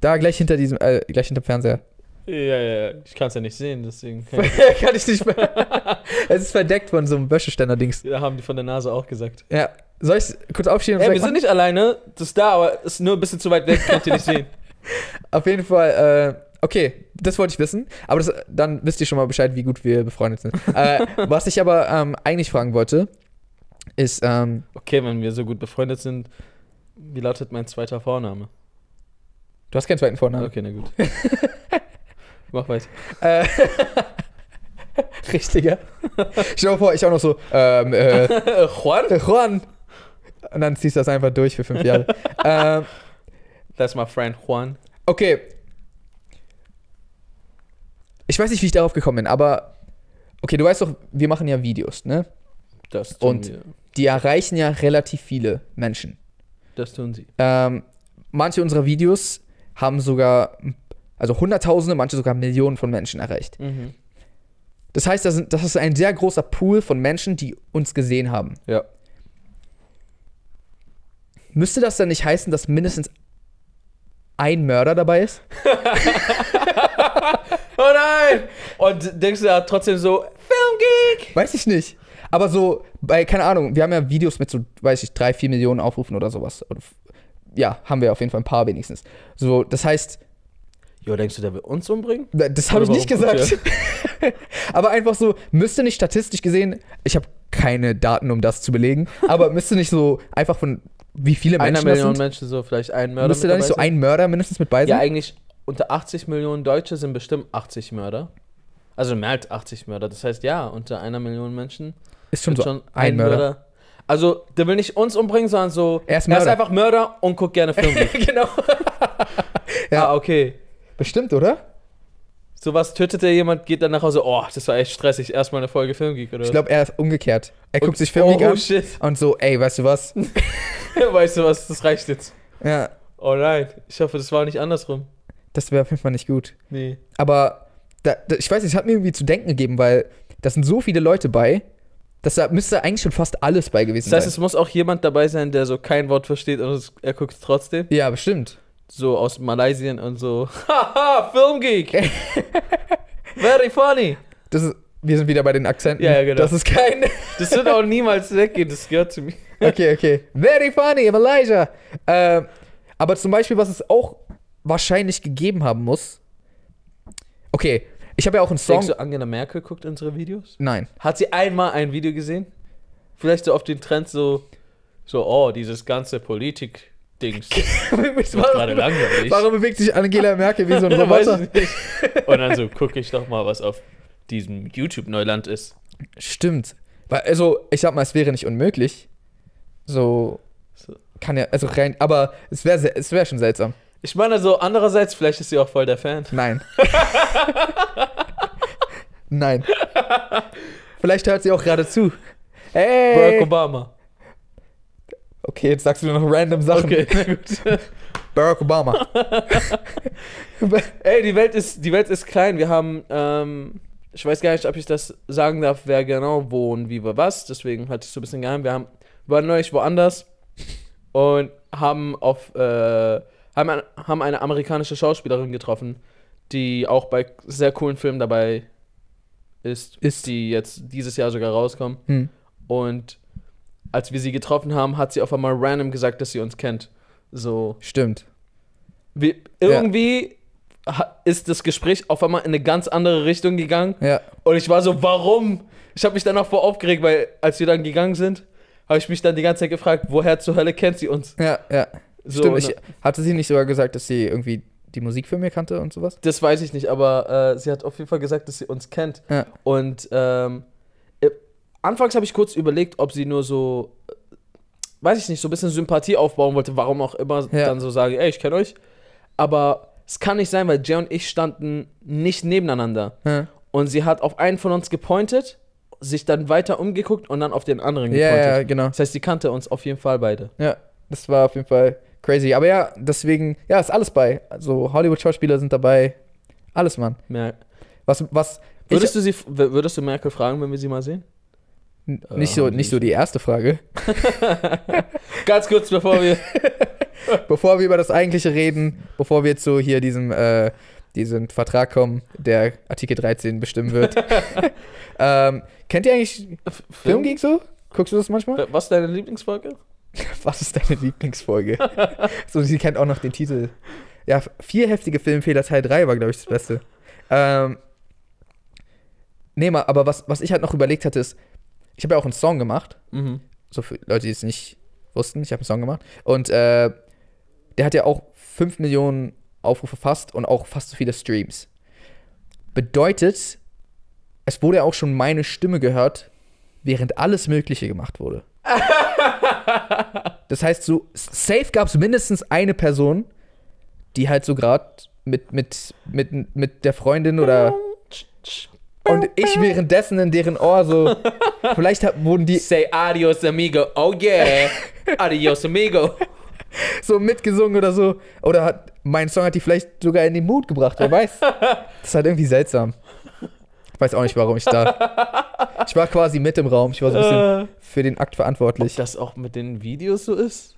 [SPEAKER 2] Da gleich hinter diesem, äh, gleich hinter dem Fernseher.
[SPEAKER 1] Ja, ja, ja. ich kann es ja nicht sehen, deswegen. Kann ich,
[SPEAKER 2] [laughs] Kann ich nicht mehr. [laughs] es ist verdeckt von so einem Wäscheständer-Dings.
[SPEAKER 1] da haben die von der NASA auch gesagt.
[SPEAKER 2] Ja. Soll ich kurz aufschieben? und
[SPEAKER 1] Ey, wir
[SPEAKER 2] vielleicht
[SPEAKER 1] sind nicht alleine, das ist da, aber ist nur ein bisschen zu weit weg, könnt ihr nicht [laughs] sehen.
[SPEAKER 2] machen? Auf jeden Fall, äh, okay, das wollte ich wissen. Aber das, dann wisst ihr schon mal Bescheid, wie gut wir befreundet sind. äh, was ich aber ähm, eigentlich fragen wollte, ist, ähm,
[SPEAKER 1] Okay, wenn wir so gut befreundet sind, wie lautet mein zweiter Vorname?
[SPEAKER 2] du hast keinen zweiten Vornamen.
[SPEAKER 1] Okay, na [laughs] gut. Mach weiter.
[SPEAKER 2] Äh, Richtiger. Stell dir vor, ich auch noch so, ähm, äh,
[SPEAKER 1] [laughs] Juan?
[SPEAKER 2] Juan. Und dann ziehst du das einfach durch für fünf Jahre. ähm,
[SPEAKER 1] That's my friend Juan.
[SPEAKER 2] Okay. Ich weiß nicht, wie ich darauf gekommen bin, aber okay, du weißt doch, wir machen ja Videos, ne?
[SPEAKER 1] Das tun
[SPEAKER 2] Und-
[SPEAKER 1] wir.
[SPEAKER 2] Die erreichen ja relativ viele Menschen.
[SPEAKER 1] Das tun sie.
[SPEAKER 2] Ähm, manche unserer Videos haben sogar, also Hunderttausende, manche sogar Millionen von Menschen erreicht.
[SPEAKER 1] Mhm.
[SPEAKER 2] Das heißt, das, sind, das ist ein sehr großer Pool von Menschen, die uns gesehen haben.
[SPEAKER 1] Ja.
[SPEAKER 2] Müsste das dann nicht heißen, dass mindestens ein Mörder dabei ist? [laughs]
[SPEAKER 1] Oh nein! Und denkst du da trotzdem so, Filmgeek!
[SPEAKER 2] Weiß ich nicht. Aber so, bei, keine Ahnung, wir haben ja Videos mit so, weiß ich, drei, vier Millionen Aufrufen oder sowas. Oder f- Ja, haben wir auf jeden Fall ein paar wenigstens. So, das heißt,
[SPEAKER 1] Jo, denkst du, der will uns umbringen?
[SPEAKER 2] da- das habe ich
[SPEAKER 1] Oder
[SPEAKER 2] nicht
[SPEAKER 1] warum?
[SPEAKER 2] gesagt. [laughs] aber einfach so, müsste nicht statistisch gesehen, ich habe keine Daten, um das zu belegen, aber müsste nicht so einfach von wie viele
[SPEAKER 1] Einer
[SPEAKER 2] Menschen das
[SPEAKER 1] Million
[SPEAKER 2] sind,
[SPEAKER 1] Menschen, so vielleicht ein Mörder.
[SPEAKER 2] müsste
[SPEAKER 1] mit
[SPEAKER 2] da nicht so
[SPEAKER 1] dabei
[SPEAKER 2] ein Mörder mindestens mit bei
[SPEAKER 1] sein? Ja,
[SPEAKER 2] sein?
[SPEAKER 1] eigentlich unter 80 Millionen Deutsche sind bestimmt 80 Mörder. Also mehr als 80 Mörder. Das heißt, ja, unter einer Million Menschen
[SPEAKER 2] Ist schon
[SPEAKER 1] wird
[SPEAKER 2] so ein Mörder.
[SPEAKER 1] Also, der will nicht uns umbringen, sondern so.
[SPEAKER 2] Er ist
[SPEAKER 1] ist
[SPEAKER 2] Mörder.
[SPEAKER 1] einfach Mörder und guckt
[SPEAKER 2] [laughs]
[SPEAKER 1] gerne Filme. [laughs]
[SPEAKER 2] genau. Ja.
[SPEAKER 1] Ah, okay.
[SPEAKER 2] Bestimmt, oder?
[SPEAKER 1] Sowas tötet er jemand, geht dann nach Hause. Oh, das war echt stressig. Erstmal eine Folge Filmgeek oder
[SPEAKER 2] Ich glaube, er ist umgekehrt. Er guckt sich
[SPEAKER 1] Filmgeek
[SPEAKER 2] Filmig
[SPEAKER 1] oh,
[SPEAKER 2] an
[SPEAKER 1] shit. [laughs]
[SPEAKER 2] und so, ey, weißt du was?
[SPEAKER 1] weißt du was? Das reicht jetzt.
[SPEAKER 2] Ja,
[SPEAKER 1] Alright. Ich hoffe, das war nicht andersrum.
[SPEAKER 2] das wäre auf jeden Fall nicht gut.
[SPEAKER 1] Nee.
[SPEAKER 2] Aber da, da, ich weiß nicht, es hat mir irgendwie zu denken gegeben, weil da sind so viele Leute bei, dass da müsste eigentlich schon fast alles bei gewesen
[SPEAKER 1] Das heißt,
[SPEAKER 2] sein.
[SPEAKER 1] es muss auch jemand dabei sein, der so kein Wort versteht und es, er guckt es trotzdem.
[SPEAKER 2] Ja, bestimmt.
[SPEAKER 1] So aus Malaysien und so. [laughs] Haha, Filmgeek! [laughs] Very funny!
[SPEAKER 2] Das ist, wir sind wieder bei den Akzenten.
[SPEAKER 1] Ja, ja, genau.
[SPEAKER 2] Das ist kein. [laughs]
[SPEAKER 1] Das wird auch niemals weggehen, das gehört zu mir.
[SPEAKER 2] Okay, okay. Very funny, Elijah. Ähm, aber zum Beispiel, was es auch wahrscheinlich gegeben haben muss. Okay, ich habe ja auch einen Song.
[SPEAKER 1] Denkst du, Angela Merkel guckt unsere Videos? [laughs]
[SPEAKER 2] Nein.
[SPEAKER 1] Hat sie einmal ein Video gesehen? Vielleicht so auf den Trend so, so oh, dieses ganze [laughs] Politik-Dings. Das wird gerade
[SPEAKER 2] warum,
[SPEAKER 1] langweilig. [laughs]
[SPEAKER 2] warum bewegt sich Angela Merkel wie so ein
[SPEAKER 1] Weiß
[SPEAKER 2] Roboter?
[SPEAKER 1] ich nicht. [laughs] Und dann so gucke ich doch mal, was auf diesem YouTube-Neuland ist.
[SPEAKER 2] Stimmt. Weil, also, ich sag mal, es wäre nicht unmöglich. So.
[SPEAKER 1] So.
[SPEAKER 2] Kann ja, also rein, aber es wäre se- es wär schon seltsam.
[SPEAKER 1] Ich meine so, andererseits, vielleicht ist sie auch voll der Fan.
[SPEAKER 2] Nein. Nein. Vielleicht hört sie auch gerade zu.
[SPEAKER 1] Barack
[SPEAKER 2] Hey!
[SPEAKER 1] Obama.
[SPEAKER 2] Okay, jetzt sagst du nur noch random Sachen.
[SPEAKER 1] Okay, na gut.
[SPEAKER 2] Barack Obama.
[SPEAKER 1] [laughs] Ey, die Welt ist, die Welt ist klein. Wir haben, ähm, ich weiß gar nicht, ob ich das sagen darf, wer genau wo und wie wir was. Deswegen hatte ich so ein bisschen geheim. Wir haben, waren neulich woanders und haben auf, äh, haben, ein- haben eine amerikanische Schauspielerin getroffen, die auch bei sehr coolen Filmen dabei ist,
[SPEAKER 2] Ist.
[SPEAKER 1] die jetzt dieses Jahr sogar rauskommen.
[SPEAKER 2] Hm.
[SPEAKER 1] Und als wir sie getroffen haben, hat sie auf einmal random gesagt, dass sie uns kennt. So.
[SPEAKER 2] Stimmt.
[SPEAKER 1] Wir, irgendwie ha- ist das Gespräch auf einmal in eine ganz andere Richtung gegangen.
[SPEAKER 2] Ja.
[SPEAKER 1] Und ich war so, warum? Ich habe mich dann auch vor aufgeregt, weil als wir dann gegangen sind, habe ich mich dann die ganze Zeit gefragt, woher zur Hölle kennt sie uns?
[SPEAKER 2] Ja, ja.
[SPEAKER 1] So,
[SPEAKER 2] Stimmt. Ich,
[SPEAKER 1] ne?
[SPEAKER 2] hatte sie nicht sogar gesagt, dass sie irgendwie die Musik für mir kannte und sowas?
[SPEAKER 1] Das weiß ich nicht, aber äh, sie hat auf jeden Fall gesagt, dass sie uns kennt.
[SPEAKER 2] Ja.
[SPEAKER 1] Und ähm, äh, anfangs habe ich kurz überlegt, ob sie nur so, äh, weiß ich nicht, so ein bisschen Sympathie aufbauen wollte, warum auch immer
[SPEAKER 2] Ja.
[SPEAKER 1] dann so sage, ey, ich kenne euch. Aber es kann nicht sein, weil Jay und ich standen nicht nebeneinander.
[SPEAKER 2] Ja,
[SPEAKER 1] Und sie hat auf einen von uns gepointet, sich dann weiter umgeguckt und dann auf den anderen
[SPEAKER 2] ja,
[SPEAKER 1] gepointet.
[SPEAKER 2] ja genau.
[SPEAKER 1] Das heißt, sie kannte uns auf jeden Fall beide.
[SPEAKER 2] Ja, das war auf jeden Fall crazy. Aber ja, deswegen, ja, ist alles bei. Also Hollywood-Schauspieler sind dabei. Alles, Mann.
[SPEAKER 1] Mer
[SPEAKER 2] Was, was,
[SPEAKER 1] würdest, du sie, f- w- würdest du Merkel fragen, wenn wir sie mal sehen?
[SPEAKER 2] N- Nicht so,
[SPEAKER 1] Ähm,
[SPEAKER 2] nicht so die erste Frage.
[SPEAKER 1] Ganz kurz, bevor [laughs] wir.
[SPEAKER 2] Bevor wir über das Eigentliche reden, bevor wir zu hier diesem, äh, diesem Vertrag kommen, der Artikel 13 bestimmen wird. ähm, kennt ihr eigentlich Filmgeek so? Guckst du das manchmal?
[SPEAKER 1] Was ist deine Lieblingsfolge?
[SPEAKER 2] Was ist deine Lieblingsfolge? so, sie kennt auch noch den Titel. Ja, vier heftige Filmfehler Teil 3 war, glaube ich, das Beste. Ähm, nee, mal, aber was, was ich halt noch überlegt hatte, ist, ich habe ja auch einen Song gemacht.
[SPEAKER 1] Mhm.
[SPEAKER 2] so für Leute, die es nicht wussten, ich habe einen Song gemacht. Und äh, der hat ja auch 5 Millionen Aufrufe fast und auch fast so viele Streams. Bedeutet, es wurde ja auch schon meine Stimme gehört, während alles Mögliche gemacht wurde. das heißt, so safe gab es mindestens eine Person, die halt so gerade mit, mit, mit, mit der Freundin
[SPEAKER 1] Äh.
[SPEAKER 2] oder. Und ich währenddessen in deren Ohr so. Vielleicht hat, wurden die
[SPEAKER 1] Say adios, amigo. Oh [laughs] yeah. adios, amigo.
[SPEAKER 2] so mitgesungen oder so. Oder hat, mein Song hat die vielleicht sogar in den Mut gebracht,
[SPEAKER 1] [laughs]
[SPEAKER 2] wer weiß. Das ist halt irgendwie seltsam. Ich weiß auch nicht, warum ich da. Ich war quasi mit im Raum. Ich war so ein bisschen
[SPEAKER 1] Äh,
[SPEAKER 2] für den Akt verantwortlich.
[SPEAKER 1] ob das auch mit den Videos so ist?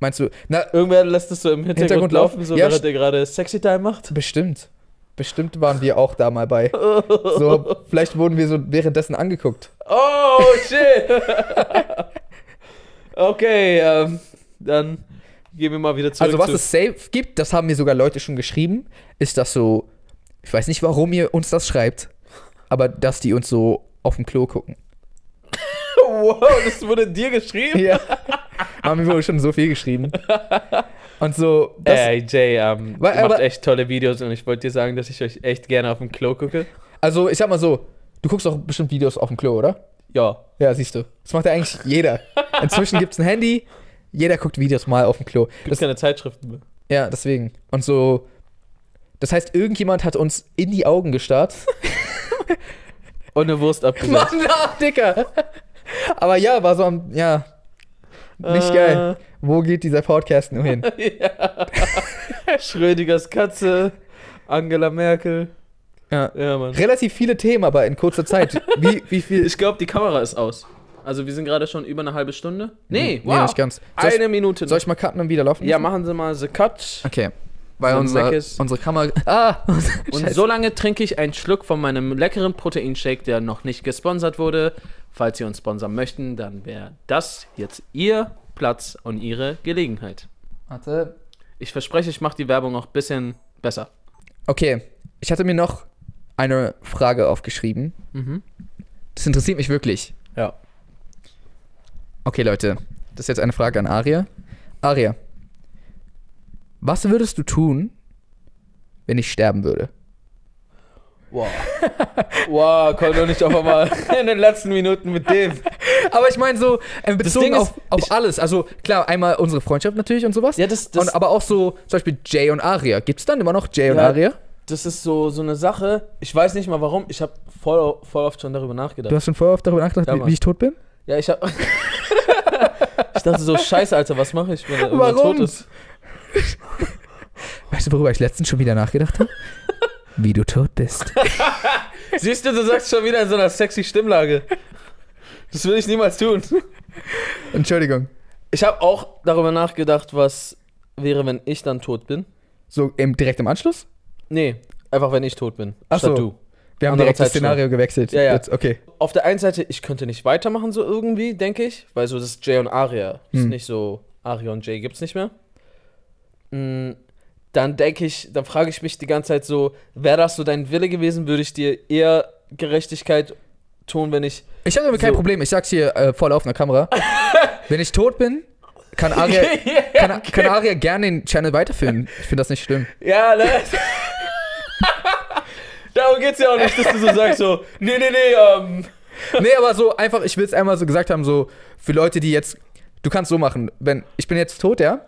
[SPEAKER 2] Meinst du? Na,
[SPEAKER 1] Irgendwer lässt es so im Hintergrund,
[SPEAKER 2] Hintergrund laufen?
[SPEAKER 1] laufen, so
[SPEAKER 2] Ja,
[SPEAKER 1] während er gerade Sexy Time macht.
[SPEAKER 2] bestimmt. Bestimmt waren wir auch da mal bei. So, vielleicht wurden wir so währenddessen angeguckt.
[SPEAKER 1] Oh, shit! [laughs] okay, ähm, dann gehen wir mal wieder zurück.
[SPEAKER 2] Also was
[SPEAKER 1] zu [laughs]
[SPEAKER 2] es safe gibt, das haben mir sogar Leute schon geschrieben, ist das so, ich weiß nicht, warum ihr uns das schreibt, aber dass die uns so auf dem Klo gucken.
[SPEAKER 1] Wow, das wurde dir geschrieben?
[SPEAKER 2] Ja. haben wir wohl schon so viel geschrieben. Und so, das,
[SPEAKER 1] Ey, Jay, ähm,
[SPEAKER 2] Weil-
[SPEAKER 1] ihr macht
[SPEAKER 2] aber-
[SPEAKER 1] echt tolle Videos und ich wollte dir sagen, dass ich euch echt gerne auf dem Klo gucke.
[SPEAKER 2] also ich sag mal so, du guckst auch bestimmt Videos auf dem Klo, oder?
[SPEAKER 1] Ja.
[SPEAKER 2] Ja, siehst du. Das macht ja eigentlich jeder. Inzwischen gibt's ein Handy, jeder guckt Videos mal auf dem Klo.
[SPEAKER 1] Gibt keine Zeitschriften mehr.
[SPEAKER 2] Ja, deswegen. Und so. Das heißt, irgendjemand hat uns in die Augen gestarrt.
[SPEAKER 1] [laughs] Und eine Wurst abgesetzt.
[SPEAKER 2] Mann, ah, Dicker! Aber ja, war so am. Ja. Nicht
[SPEAKER 1] Äh.
[SPEAKER 2] geil. Wo geht dieser Podcast nur hin?
[SPEAKER 1] ja. Schrödigers Katze, Angela Merkel.
[SPEAKER 2] Ja.
[SPEAKER 1] Ja, Mann.
[SPEAKER 2] Relativ viele Themen, aber in kurzer
[SPEAKER 1] [laughs]
[SPEAKER 2] Zeit. Wie, wie viel.
[SPEAKER 1] Ich glaube, die Kamera ist aus. Also wir sind gerade schon über eine halbe Stunde. Nee, wow.
[SPEAKER 2] Nee, nicht ganz. Soll ich,
[SPEAKER 1] Eine Minute.
[SPEAKER 2] soll ich mal cutten und wieder laufen?
[SPEAKER 1] ja,
[SPEAKER 2] lassen?
[SPEAKER 1] machen Sie mal The Cut.
[SPEAKER 2] Okay. Weil
[SPEAKER 1] So ein
[SPEAKER 2] unser,
[SPEAKER 1] Mac ist-
[SPEAKER 2] unsere Kamera. Ah!
[SPEAKER 1] [laughs]
[SPEAKER 2] [laughs]
[SPEAKER 1] Und so lange trinke ich einen Schluck von meinem leckeren Proteinshake, der noch nicht gesponsert wurde. Falls ihr uns sponsern möchten, dann wäre das jetzt Ihr Platz und Ihre Gelegenheit.
[SPEAKER 2] Warte.
[SPEAKER 1] Ich verspreche, ich mache die Werbung noch ein bisschen besser.
[SPEAKER 2] Okay. Ich hatte mir noch eine Frage aufgeschrieben.
[SPEAKER 1] Mhm.
[SPEAKER 2] Das interessiert mich wirklich.
[SPEAKER 1] Ja.
[SPEAKER 2] Okay, Leute, das ist jetzt eine Frage an Aria. Aria, was würdest du tun, wenn ich sterben würde?
[SPEAKER 1] [laughs] Wow. wow, komm doch nicht auf [laughs] einmal in den letzten Minuten mit dem.
[SPEAKER 2] [laughs] Aber ich meine so äh, bezogen
[SPEAKER 1] Ding ist,
[SPEAKER 2] auf, auf alles. Also klar, einmal unsere Freundschaft natürlich und sowas.
[SPEAKER 1] Ja, das, das,
[SPEAKER 2] und, aber auch so zum Beispiel Jay und Aria. Gibt es dann immer noch Jay und
[SPEAKER 1] Ja.
[SPEAKER 2] Aria?
[SPEAKER 1] das ist so, so eine Sache. Ich weiß nicht mal warum. Ich habe voll, voll oft schon darüber nachgedacht.
[SPEAKER 2] hast schon vorher oft darüber nachgedacht,
[SPEAKER 1] Ja, Mann.
[SPEAKER 2] ich tot bin?
[SPEAKER 1] Ja,
[SPEAKER 2] [laughs]
[SPEAKER 1] ich hab. [laughs] ich dachte so, scheiße, Alter, was mache ich, wenn er irgendwann
[SPEAKER 2] Warum?
[SPEAKER 1] tot ist?
[SPEAKER 2] Weißt du, worüber ich letztens schon wieder nachgedacht [laughs] habe? Wie du tot bist.
[SPEAKER 1] Siehst du, du sagst schon wieder in so einer sexy Stimmlage. Das will ich niemals tun.
[SPEAKER 2] Entschuldigung.
[SPEAKER 1] Ich habe auch darüber nachgedacht, was wäre, wenn ich dann tot bin.
[SPEAKER 2] So im, direkt im Anschluss?
[SPEAKER 1] Nee, einfach wenn ich tot bin.
[SPEAKER 2] Ach
[SPEAKER 1] statt
[SPEAKER 2] so.
[SPEAKER 1] du.
[SPEAKER 2] Wir haben
[SPEAKER 1] Andere
[SPEAKER 2] direkt das
[SPEAKER 1] Zeitspanne.
[SPEAKER 2] Szenario gewechselt.
[SPEAKER 1] Ja, ja.
[SPEAKER 2] Jetzt, okay.
[SPEAKER 1] Auf der einen Seite, ich könnte nicht weitermachen, so irgendwie, denke ich, weil so das ist Jay und Aria. Das ist
[SPEAKER 2] Hm.
[SPEAKER 1] nicht so, Aria und Jay gibt's nicht mehr. Mm, Dann denke ich, dann frage ich mich die ganze Zeit so, wäre das so dein Wille gewesen, würde ich dir eher Gerechtigkeit tun, wenn ich.
[SPEAKER 2] Ich habe damit kein
[SPEAKER 1] So.
[SPEAKER 2] Problem. Ich sag's hier äh, vor laufender [laughs] Kamera. Wenn ich tot bin, kann Aria, [laughs]
[SPEAKER 1] [laughs]
[SPEAKER 2] kann, kann Aria gerne den Channel weiterführen. Ich finde das nicht schlimm.
[SPEAKER 1] Ja, ne? Darum geht's ja auch nicht, dass du so sagst, so, nee, nee, nee, ähm.
[SPEAKER 2] Nee, aber so einfach, ich will's einmal so gesagt haben, so für Leute, die jetzt. Du kannst so machen, wenn ich bin jetzt tot, ja?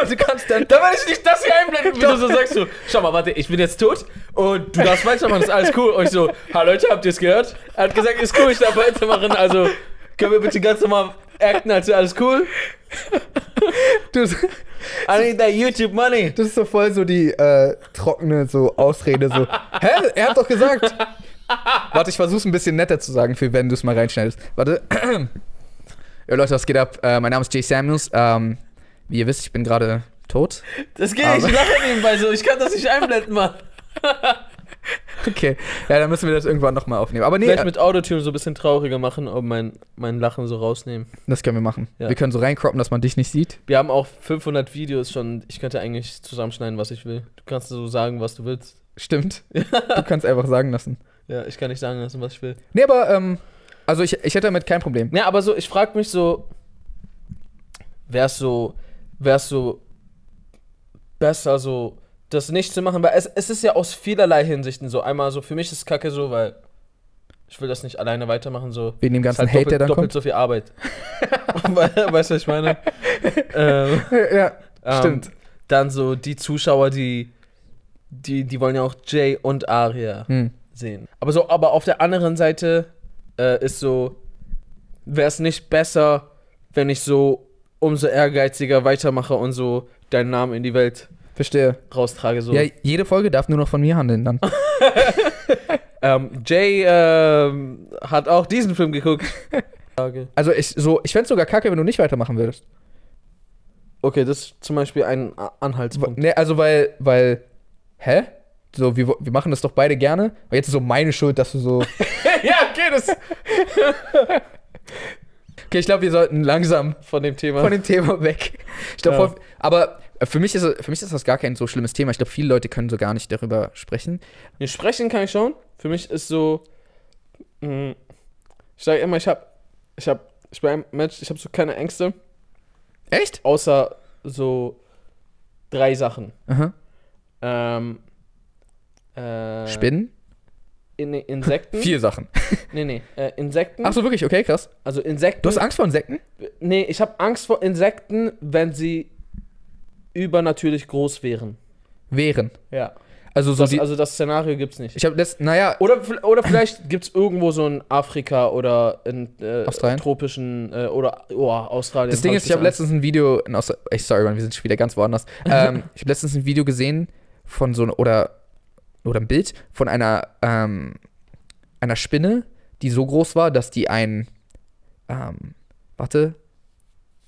[SPEAKER 2] Und du kannst dann.
[SPEAKER 1] Da will ich nicht das hier einblenden, wie du so sagst, so, schau mal, warte, ich bin jetzt tot und du darfst weitermachen, ist alles cool. Und ich so, hallo Leute, habt ihr es gehört? Er hat gesagt, ist cool, ich darf weitermachen, also können wir bitte ganz normal acten, als wäre alles cool.
[SPEAKER 2] Du,
[SPEAKER 1] I need that YouTube money.
[SPEAKER 2] das ist so voll so die äh, trockene so Ausrede, so. Hä? Er hat doch gesagt. Warte, ich versuch's ein bisschen netter zu sagen, für wenn du es mal reinschneidest. Warte. [clears throat] Ja, Leute, was geht ab? Äh, mein Name ist Jay Samuels. Ähm, wie ihr wisst, ich bin gerade tot. [laughs]
[SPEAKER 1] Das geht, nicht, ich
[SPEAKER 2] Aber-
[SPEAKER 1] lache nebenbei so, ich kann das nicht einblenden, Mann.
[SPEAKER 2] Okay, ja, dann müssen wir das irgendwann nochmal aufnehmen. Aber nee,
[SPEAKER 1] Vielleicht mit Autotune so ein bisschen trauriger machen und mein, mein Lachen so rausnehmen.
[SPEAKER 2] äh, das können wir machen.
[SPEAKER 1] Ja.
[SPEAKER 2] Wir können so reinkroppen, dass man dich nicht sieht.
[SPEAKER 1] Wir haben auch 500 Videos schon, ich könnte eigentlich zusammenschneiden, was ich will. Du kannst so sagen, was du willst.
[SPEAKER 2] Stimmt. du kannst einfach sagen lassen.
[SPEAKER 1] Ja, ich kann nicht sagen lassen, was ich will.
[SPEAKER 2] Nee, aber, ähm, also ich, ich hätte damit kein Problem.
[SPEAKER 1] Ja, aber so, ich frage mich so, wär's so, wär's so besser so, das nicht zu machen, weil es, es ist ja aus vielerlei Hinsichten so. Einmal so, für mich ist Kacke so, weil ich will das nicht alleine weitermachen, so.
[SPEAKER 2] Wegen dem
[SPEAKER 1] Ist
[SPEAKER 2] ganzen
[SPEAKER 1] halt
[SPEAKER 2] Hate,
[SPEAKER 1] doppelt,
[SPEAKER 2] der dann
[SPEAKER 1] doppelt
[SPEAKER 2] kommt.
[SPEAKER 1] so viel Arbeit. [laughs] We- weißt du, was ich
[SPEAKER 2] [laughs]
[SPEAKER 1] meine? ähm,
[SPEAKER 2] ja,
[SPEAKER 1] ähm,
[SPEAKER 2] stimmt.
[SPEAKER 1] Dann so die Zuschauer, die, die, die wollen ja auch Jay und Aria
[SPEAKER 2] Hm.
[SPEAKER 1] sehen. Aber so, aber auf der anderen Seite äh, ist so, wäre es nicht besser, wenn ich so umso ehrgeiziger weitermache und so deinen Namen in die Welt
[SPEAKER 2] Verstehe.
[SPEAKER 1] raustrage. So.
[SPEAKER 2] Ja, jede Folge darf nur noch von mir handeln dann.
[SPEAKER 1] Ähm, Jay ähm, hat auch diesen Film
[SPEAKER 2] [laughs]
[SPEAKER 1] geguckt. Frage.
[SPEAKER 2] Also ich, so, ich fände sogar kacke, wenn du nicht weitermachen würdest.
[SPEAKER 1] okay, das ist zum Beispiel ein A- Anhaltspunkt.
[SPEAKER 2] Nee, also weil, weil, hä? So, wir, wo- wir machen das doch beide gerne. Aber jetzt ist so meine Schuld, dass du so.
[SPEAKER 1] [laughs] ja, okay, das
[SPEAKER 2] [laughs] Okay, ich glaube, wir sollten langsam
[SPEAKER 1] von dem Thema.
[SPEAKER 2] von dem Thema weg. Ich glaube,
[SPEAKER 1] Ja.
[SPEAKER 2] voll- aber für mich, ist, für mich ist das gar kein so schlimmes Thema. Ich glaube, viele Leute können so gar nicht darüber sprechen.
[SPEAKER 1] Nee, sprechen kann ich schon. Für mich ist so. hm, Mh, ich sage immer, ich habe. Ich habe. Ich bin ein Mensch, ich habe so keine Ängste.
[SPEAKER 2] Echt?
[SPEAKER 1] Außer so drei Sachen.
[SPEAKER 2] Aha.
[SPEAKER 1] Ähm, äh,
[SPEAKER 2] Spinnen?
[SPEAKER 1] In, Insekten?
[SPEAKER 2] Vier Sachen.
[SPEAKER 1] Nee, nee. Äh, Insekten.
[SPEAKER 2] Ach so, wirklich? Okay, krass.
[SPEAKER 1] Also Insekten.
[SPEAKER 2] Du hast Angst vor Insekten?
[SPEAKER 1] nee, ich habe Angst vor Insekten, wenn sie übernatürlich groß wären.
[SPEAKER 2] Wären.
[SPEAKER 1] Ja.
[SPEAKER 2] Also so
[SPEAKER 1] Das,
[SPEAKER 2] die.
[SPEAKER 1] also das Szenario gibt's nicht.
[SPEAKER 2] ich habe letzt. Naja.
[SPEAKER 1] Oder, vi- oder vielleicht gibt es irgendwo so in Afrika oder in äh,
[SPEAKER 2] Australien?
[SPEAKER 1] tropischen äh, oder oh, Australien.
[SPEAKER 2] Das Ding
[SPEAKER 1] hab
[SPEAKER 2] ist, ich habe
[SPEAKER 1] bisschen
[SPEAKER 2] letztens ein Video in Australien. Sorry, Mann, wir sind schon wieder ganz
[SPEAKER 1] [laughs]
[SPEAKER 2] woanders. ähm, ich habe letztens ein Video gesehen von so einer. Oder, oder ein Bild von einer, ähm, einer Spinne, die so groß war, dass die ein. Ähm, warte.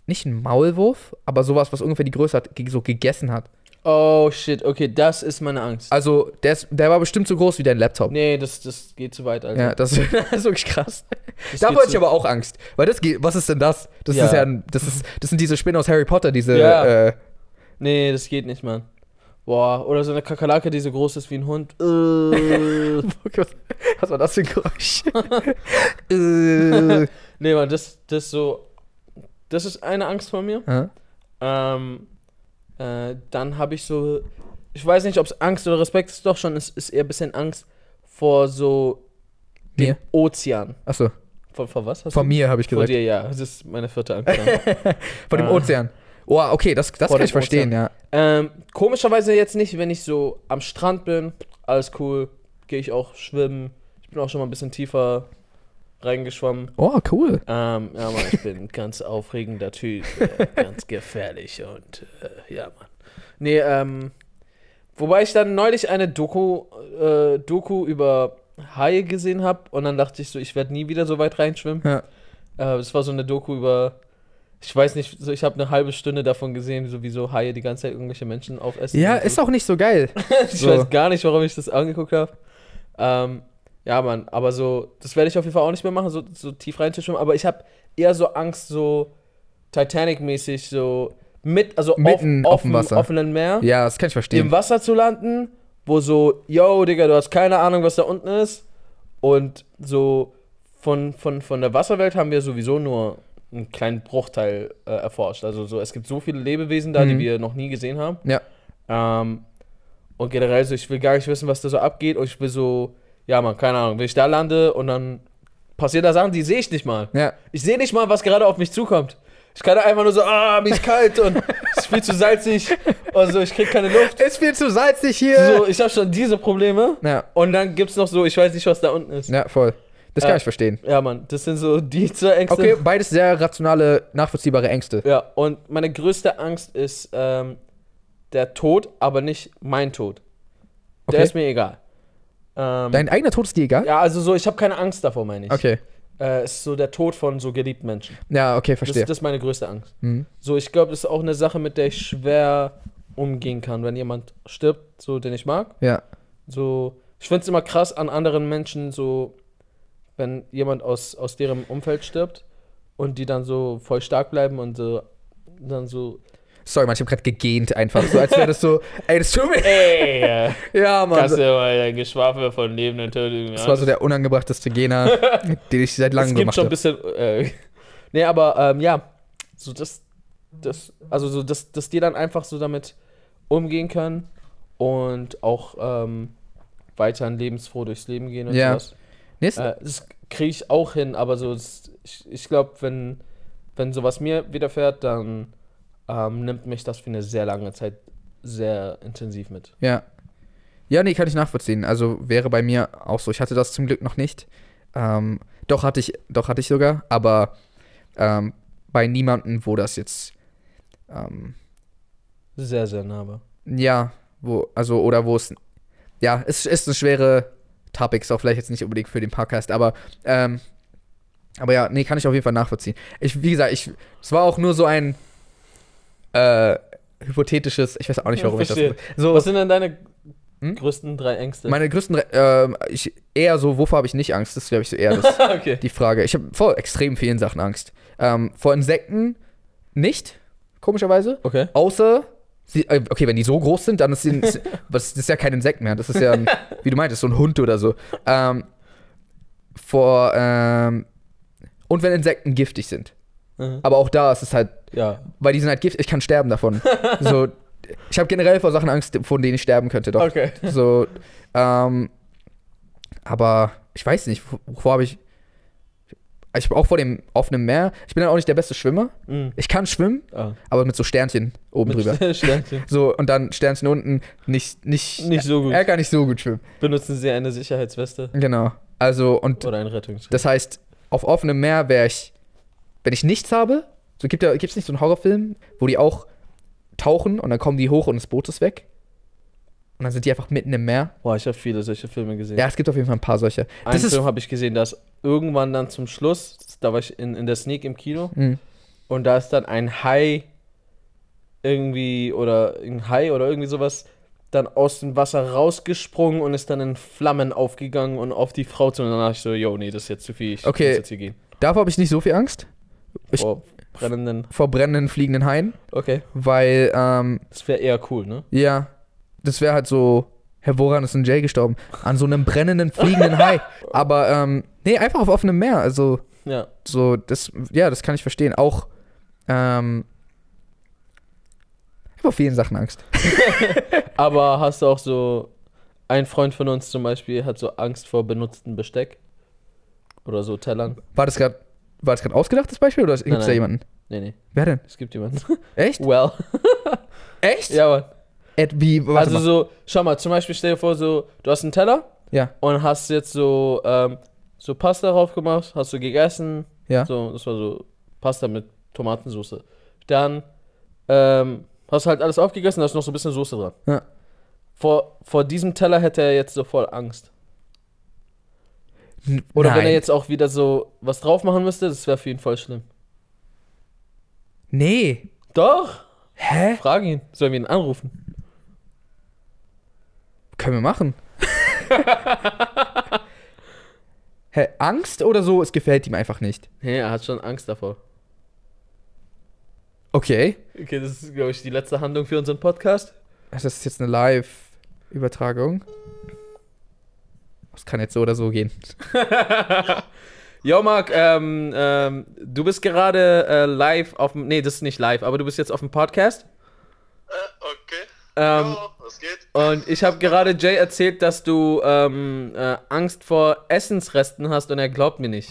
[SPEAKER 2] Nicht ein Maulwurf, aber sowas, was ungefähr die Größe hat, ge- so gegessen hat.
[SPEAKER 1] Angst. Oh shit, okay, das ist meine Angst.
[SPEAKER 2] Also, der, ist, der war bestimmt so groß wie dein Laptop.
[SPEAKER 1] Nee, das, das geht zu weit, Alter.
[SPEAKER 2] Ja, das, [laughs]
[SPEAKER 1] [laughs]
[SPEAKER 2] das ist wirklich krass.
[SPEAKER 1] Das
[SPEAKER 2] Da
[SPEAKER 1] geht
[SPEAKER 2] wollte
[SPEAKER 1] zu-
[SPEAKER 2] ich aber auch Angst. Weil das geht, was ist denn das? Das
[SPEAKER 1] Ja.
[SPEAKER 2] ist ja ein, das ist, das sind diese Spinnen aus Harry Potter, diese,
[SPEAKER 1] Ja.
[SPEAKER 2] äh,
[SPEAKER 1] Nee, das geht nicht, Mann. Boah, oder so eine Kakerlake, die so groß ist wie ein Hund. [laughs] Äh.
[SPEAKER 2] was, [laughs] was war das für ein Geräusch?
[SPEAKER 1] [laughs]
[SPEAKER 2] äh,
[SPEAKER 1] nee, Mann, das, das so. Das ist eine Angst von mir.
[SPEAKER 2] [laughs] Hä?
[SPEAKER 1] Ähm, äh, dann habe ich so, ich weiß nicht, ob es Angst oder Respekt ist, doch schon, es ist eher ein bisschen Angst vor so dem
[SPEAKER 2] Mir?
[SPEAKER 1] Ozean.
[SPEAKER 2] Achso,
[SPEAKER 1] Vor, vor was? Hast
[SPEAKER 2] von
[SPEAKER 1] du?
[SPEAKER 2] mir habe ich
[SPEAKER 1] Vor
[SPEAKER 2] gesagt.
[SPEAKER 1] dir, ja. Das ist meine vierte Angst. dann.
[SPEAKER 2] [laughs] Von dem
[SPEAKER 1] Ah.
[SPEAKER 2] Ozean. Oh, okay, das, das
[SPEAKER 1] Vor
[SPEAKER 2] kann ich
[SPEAKER 1] dem
[SPEAKER 2] verstehen, ja.
[SPEAKER 1] ähm, komischerweise jetzt nicht, wenn ich so am Strand bin, alles cool, gehe ich auch schwimmen. Ich bin auch schon mal ein bisschen tiefer reingeschwommen.
[SPEAKER 2] Oh, cool.
[SPEAKER 1] Ähm, ja, Mann, ich bin ein ganz aufregender Typ,
[SPEAKER 2] [laughs]
[SPEAKER 1] äh, ganz gefährlich und äh, ja, Mann. Nee, ähm, wobei ich dann neulich eine Doku, äh, Doku über Haie gesehen habe und dann dachte ich so, ich werde nie wieder so weit reinschwimmen.
[SPEAKER 2] Ja.
[SPEAKER 1] Äh, es war so eine Doku über, ich weiß nicht, so, ich habe eine halbe Stunde davon gesehen, so wie so Haie die ganze Zeit irgendwelche Menschen aufessen.
[SPEAKER 2] Ja,
[SPEAKER 1] und so.
[SPEAKER 2] ist auch nicht so geil.
[SPEAKER 1] [laughs] Ich
[SPEAKER 2] So.
[SPEAKER 1] weiß gar nicht, warum ich das angeguckt habe. Ähm, ja, Mann, aber so, das werde ich auf jeden Fall auch nicht mehr machen, so, so tief reinzuschwimmen. Aber ich habe eher so Angst, so Titanic-mäßig, so mit, also
[SPEAKER 2] Mitten auf dem Wasser.
[SPEAKER 1] offenen Meer,
[SPEAKER 2] Ja, das kann ich
[SPEAKER 1] im
[SPEAKER 2] verstehen.
[SPEAKER 1] Wasser zu landen, wo so, yo, Digga, du hast keine Ahnung, was da unten ist. Und so von, von, von der Wasserwelt haben wir sowieso nur einen kleinen Bruchteil äh, erforscht. Also so, es gibt so viele Lebewesen da, die
[SPEAKER 2] Mhm.
[SPEAKER 1] wir noch nie gesehen haben.
[SPEAKER 2] Ja.
[SPEAKER 1] Ähm, und generell so, ich will gar nicht wissen, was da so abgeht. Und ich will so, ja, man, keine Ahnung, wenn ich da lande und dann passieren da Sachen, die sehe ich nicht mal.
[SPEAKER 2] Ja.
[SPEAKER 1] Ich sehe nicht mal, was gerade auf mich zukommt. Ich kann da einfach nur so, ah, mir ist kalt
[SPEAKER 2] [laughs]
[SPEAKER 1] und es ist viel zu salzig und so, ich krieg keine Luft.
[SPEAKER 2] Ist viel zu salzig hier.
[SPEAKER 1] So, ich habe schon diese Probleme.
[SPEAKER 2] Ja,
[SPEAKER 1] Und dann gibt's noch so, ich weiß nicht, was da unten ist. Ja,
[SPEAKER 2] ja, voll. Das kann
[SPEAKER 1] Äh,
[SPEAKER 2] ich verstehen.
[SPEAKER 1] Mann, das sind so Mhm. die zwei Ängste.
[SPEAKER 2] Okay, beides sehr rationale, nachvollziehbare Ängste.
[SPEAKER 1] Ja, und meine größte Angst ist ähm, der Tod, aber nicht mein Tod. Der
[SPEAKER 2] Okay.
[SPEAKER 1] ist mir egal. Ähm,
[SPEAKER 2] Dein eigener Tod ist dir egal?
[SPEAKER 1] Ja, also so, ich habe keine Angst davor, meine ich.
[SPEAKER 2] Okay.
[SPEAKER 1] Äh, es ist so der Tod von so geliebten Menschen.
[SPEAKER 2] Ja, okay,
[SPEAKER 1] Das,
[SPEAKER 2] verstehe.
[SPEAKER 1] das ist meine größte Angst.
[SPEAKER 2] Mhm.
[SPEAKER 1] So, ich glaube, das ist auch eine Sache, mit der ich schwer umgehen kann, wenn jemand stirbt, so den ich mag.
[SPEAKER 2] Ja.
[SPEAKER 1] So, ich finde es immer krass an anderen Menschen, so, wenn jemand aus, aus deren Umfeld stirbt und die dann so voll stark bleiben und so, dann
[SPEAKER 2] [laughs]
[SPEAKER 1] so,
[SPEAKER 2] Sorry, Mann, ich hab grad gegähnt einfach. So, als wäre das
[SPEAKER 1] [laughs]
[SPEAKER 2] so, ey, das tut mir.
[SPEAKER 1] ey, äh,
[SPEAKER 2] Ja, Mann.
[SPEAKER 1] kannst du
[SPEAKER 2] so-
[SPEAKER 1] mal dein Geschwafel von lebenden Töten
[SPEAKER 2] Das war so der
[SPEAKER 1] [laughs]
[SPEAKER 2] unangebrachteste Gena, den ich seit langem
[SPEAKER 1] es gibt
[SPEAKER 2] gemacht
[SPEAKER 1] schon ein
[SPEAKER 2] habe.
[SPEAKER 1] bisschen. Äh, [laughs] nee, aber ähm, ja, so das, das, also so dass, dass die dann einfach so damit umgehen können und auch ähm, weiterhin lebensfroh durchs Leben gehen und
[SPEAKER 2] Ja.
[SPEAKER 1] sowas.
[SPEAKER 2] Nee, ist-
[SPEAKER 1] Äh, das kriege ich auch hin, aber so das, ich, ich glaube, wenn wenn sowas mir widerfährt, dann ähm, nimmt mich das für eine sehr lange Zeit sehr intensiv mit.
[SPEAKER 2] Ja. Ja, nee, kann ich nachvollziehen. Also wäre bei mir auch so. Ich hatte das zum Glück noch nicht. Ähm, doch hatte ich, doch hatte ich sogar, aber ähm, bei niemandem, wo das jetzt, ähm,
[SPEAKER 1] Sehr, sehr nah. war.
[SPEAKER 2] ja, wo, also, oder wo es, ja, es ist eine schwere Topic, ist auch vielleicht jetzt nicht unbedingt für den Podcast, aber, ähm, aber ja, nee, kann ich auf jeden Fall nachvollziehen. Ich, wie gesagt, ich, es war auch nur so ein, äh, hypothetisches, ich weiß auch nicht,
[SPEAKER 1] Ja,
[SPEAKER 2] warum ich das,
[SPEAKER 1] verstehe.
[SPEAKER 2] so,
[SPEAKER 1] Was sind denn deine
[SPEAKER 2] Hm?
[SPEAKER 1] größten drei Ängste?
[SPEAKER 2] Meine größten, Re- ähm, ich eher so, wovor habe ich nicht Angst? Das wäre ich so eher
[SPEAKER 1] [laughs]
[SPEAKER 2] das,
[SPEAKER 1] [laughs] okay.
[SPEAKER 2] die Frage. Ich habe vor extrem vielen Sachen Angst. Ähm, vor Insekten nicht, komischerweise.
[SPEAKER 1] Okay.
[SPEAKER 2] Außer, sie, äh, okay, wenn die so groß sind, dann ist, sie,
[SPEAKER 1] [laughs]
[SPEAKER 2] ist, was- das ist ja kein Insekt mehr. Das ist ja, ein, wie du meintest, so ein Hund oder so. Ähm, vor, ähm, und wenn Insekten giftig sind.
[SPEAKER 1] Mhm.
[SPEAKER 2] Aber auch da ist es halt,
[SPEAKER 1] Ja.
[SPEAKER 2] weil die sind halt Gift, ich kann sterben
[SPEAKER 1] [laughs]
[SPEAKER 2] davon. so, ich habe generell vor Sachen Angst, von denen ich sterben könnte, doch.
[SPEAKER 1] Okay.
[SPEAKER 2] So, ähm, aber ich weiß nicht, wo- wovor habe ich. Ich habe auch vor dem offenen Meer. Ich bin halt auch nicht der beste Schwimmer.
[SPEAKER 1] Mhm.
[SPEAKER 2] Ich kann schwimmen,
[SPEAKER 1] Ah.
[SPEAKER 2] aber mit so Sternchen oben
[SPEAKER 1] Mit
[SPEAKER 2] drüber.
[SPEAKER 1] [laughs] Sternchen.
[SPEAKER 2] So, und dann Sternchen unten. Nicht, nicht,
[SPEAKER 1] Nicht so gut.
[SPEAKER 2] Er kann nicht so gut schwimmen.
[SPEAKER 1] Benutzen Sie eine Sicherheitsweste
[SPEAKER 2] Genau. Also, und
[SPEAKER 1] oder ein Rettungsschirm?
[SPEAKER 2] das heißt, auf offenem Meer wäre ich, wenn ich nichts habe, so gibt es nicht so einen Horrorfilm, wo die auch tauchen und dann kommen die hoch und das Boot ist weg. Und dann sind die einfach mitten im Meer.
[SPEAKER 1] Boah, ich habe viele solche Filme gesehen.
[SPEAKER 2] Ja, es gibt auf jeden Fall ein paar solche.
[SPEAKER 1] Einen
[SPEAKER 2] das ist-
[SPEAKER 1] Film habe ich gesehen, dass irgendwann dann zum Schluss, da war ich in, in der Sneak im Kino
[SPEAKER 2] Mhm.
[SPEAKER 1] und da ist dann ein Hai irgendwie oder ein Hai oder irgendwie sowas dann aus dem Wasser rausgesprungen und ist dann in Flammen aufgegangen und auf die Frau zu und dann dachte ich so, yo, nee, das ist jetzt zu viel, ich
[SPEAKER 2] Okay.
[SPEAKER 1] muss jetzt hier gehen.
[SPEAKER 2] Davor habe ich nicht so viel Angst. Ich-
[SPEAKER 1] Vor brennenden.
[SPEAKER 2] Vor brennenden, fliegenden Haien.
[SPEAKER 1] Okay.
[SPEAKER 2] Weil, ähm,
[SPEAKER 1] Das wäre eher cool, ne?
[SPEAKER 2] ja, das wäre halt so, Herr Woran ist in Jail gestorben. An so einem brennenden, fliegenden
[SPEAKER 1] [laughs]
[SPEAKER 2] Hai. Aber, ähm, nee, einfach auf offenem Meer. Also,
[SPEAKER 1] Ja.
[SPEAKER 2] so, das, ja, das kann ich verstehen. Auch, ähm, ich habe vor vielen Sachen Angst.
[SPEAKER 1] Aber hast du auch so. Ein Freund von uns zum Beispiel hat so Angst vor benutzten Besteck. Oder so Tellern.
[SPEAKER 2] War das gerade, war das gerade ausgedacht, das Beispiel? Oder gibt es da
[SPEAKER 1] nein.
[SPEAKER 2] jemanden?
[SPEAKER 1] Nee, nee,
[SPEAKER 2] Wer denn?
[SPEAKER 1] es gibt
[SPEAKER 2] [laughs]
[SPEAKER 1] jemanden.
[SPEAKER 2] Echt?
[SPEAKER 1] Well.
[SPEAKER 2] Echt?
[SPEAKER 1] Ja, Mann.
[SPEAKER 2] Ed, wie,
[SPEAKER 1] also
[SPEAKER 2] warte mal.
[SPEAKER 1] so, schau mal, zum Beispiel stell dir vor, so, du hast einen Teller
[SPEAKER 2] Ja,
[SPEAKER 1] und hast jetzt so, ähm, so Pasta drauf gemacht, hast du gegessen.
[SPEAKER 2] ja.
[SPEAKER 1] So, das war so Pasta mit Tomatensauce. Dann ähm, hast du halt alles aufgegessen, da ist noch so ein bisschen Soße dran.
[SPEAKER 2] Ja.
[SPEAKER 1] Vor, vor diesem Teller hätte er jetzt so voll Angst.
[SPEAKER 2] N-
[SPEAKER 1] Oder
[SPEAKER 2] nein.
[SPEAKER 1] wenn er jetzt auch wieder so was drauf machen müsste, das wäre für ihn voll schlimm.
[SPEAKER 2] Nee.
[SPEAKER 1] Doch,
[SPEAKER 2] Hä?
[SPEAKER 1] frag ihn. Sollen wir ihn anrufen?
[SPEAKER 2] Können
[SPEAKER 1] [laughs]
[SPEAKER 2] wir machen. Hä, Angst oder so? Es gefällt ihm einfach nicht.
[SPEAKER 1] Nee, er hat schon Angst davor.
[SPEAKER 2] Okay.
[SPEAKER 1] Okay, das ist, glaube ich, die letzte Handlung für unseren Podcast.
[SPEAKER 2] Das ist jetzt eine Live-Übertragung. Das kann jetzt so oder so gehen.
[SPEAKER 1] Jo, Marc, ähm, ähm, du bist gerade äh, live auf dem. Nee, das ist nicht live, aber du bist jetzt auf dem Podcast.
[SPEAKER 3] Äh, [laughs] okay.
[SPEAKER 1] Ähm,
[SPEAKER 3] jo, was geht?
[SPEAKER 1] Und ich habe gerade Jay erzählt, dass du ähm, äh, Angst vor Essensresten hast und er glaubt mir nicht.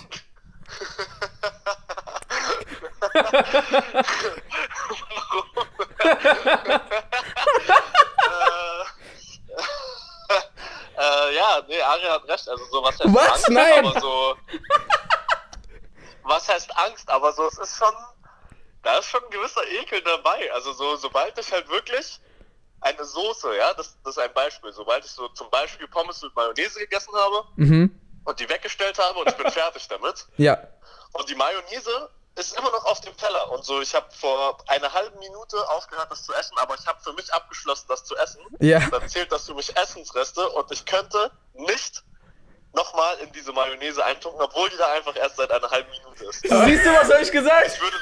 [SPEAKER 3] Äh, ja, nee, Ari hat recht. Also so was heißt
[SPEAKER 2] Was?
[SPEAKER 3] Angst,
[SPEAKER 2] Nein!
[SPEAKER 3] aber so. [laughs] Was heißt Angst? Aber so, es ist schon. Da ist schon ein gewisser Ekel dabei. Also so, sobald ich halt wirklich eine Soße, ja, das, das ist ein Beispiel. Sobald ich so zum Beispiel Pommes mit Mayonnaise gegessen habe
[SPEAKER 2] Mhm.
[SPEAKER 3] und die weggestellt habe und ich
[SPEAKER 2] [laughs]
[SPEAKER 3] bin fertig damit,
[SPEAKER 2] Ja.
[SPEAKER 3] Und die Mayonnaise ist immer noch auf dem Teller. Und so, ich habe vor einer halben Minute aufgehört, das zu essen, aber ich habe für mich abgeschlossen, das zu essen.
[SPEAKER 2] Ja.
[SPEAKER 3] Dann zählt das für mich Essensreste und ich könnte nicht nochmal in diese Mayonnaise eintunken, obwohl die da einfach erst seit einer halben Minute ist. Ich
[SPEAKER 1] Siehst du, was habe ich gesagt?
[SPEAKER 3] würde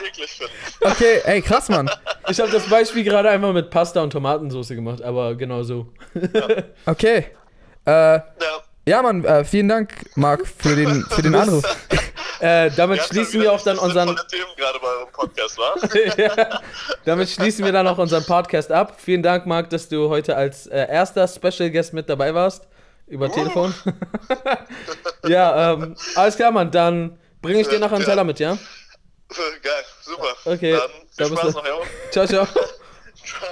[SPEAKER 1] [laughs]
[SPEAKER 3] nicht eklig finden.
[SPEAKER 2] Okay, ey, krass, Mann.
[SPEAKER 1] Ich habe das Beispiel gerade einfach mit Pasta und Tomatensauce gemacht, aber genau so.
[SPEAKER 2] Okay. Äh,
[SPEAKER 3] Ja,
[SPEAKER 2] ja, Mann, äh, vielen Dank, Marc, für den, für den Anruf.
[SPEAKER 1] Äh, damit
[SPEAKER 3] hatten ja
[SPEAKER 1] schließen wir
[SPEAKER 3] wieder
[SPEAKER 1] auch dann
[SPEAKER 3] richtig
[SPEAKER 1] unseren.
[SPEAKER 3] sinnvolle Themen gerade bei eurem Podcast,
[SPEAKER 1] [laughs]
[SPEAKER 3] wa?
[SPEAKER 1] ja, [laughs] damit schließen wir dann auch unseren Podcast ab. Vielen Dank, Marc, dass du heute als äh, erster Special Guest mit dabei warst. Über Telefon. [laughs] ja, ähm, alles klar, Mann. Dann bringe ich dir nachher einen Teller mit, ja?
[SPEAKER 3] Geil, super.
[SPEAKER 1] Okay,
[SPEAKER 3] Dann
[SPEAKER 1] da
[SPEAKER 3] viel
[SPEAKER 1] bist
[SPEAKER 3] Spaß
[SPEAKER 1] du.
[SPEAKER 3] noch, jo.
[SPEAKER 1] Ciao, ciao.
[SPEAKER 3] Ciao.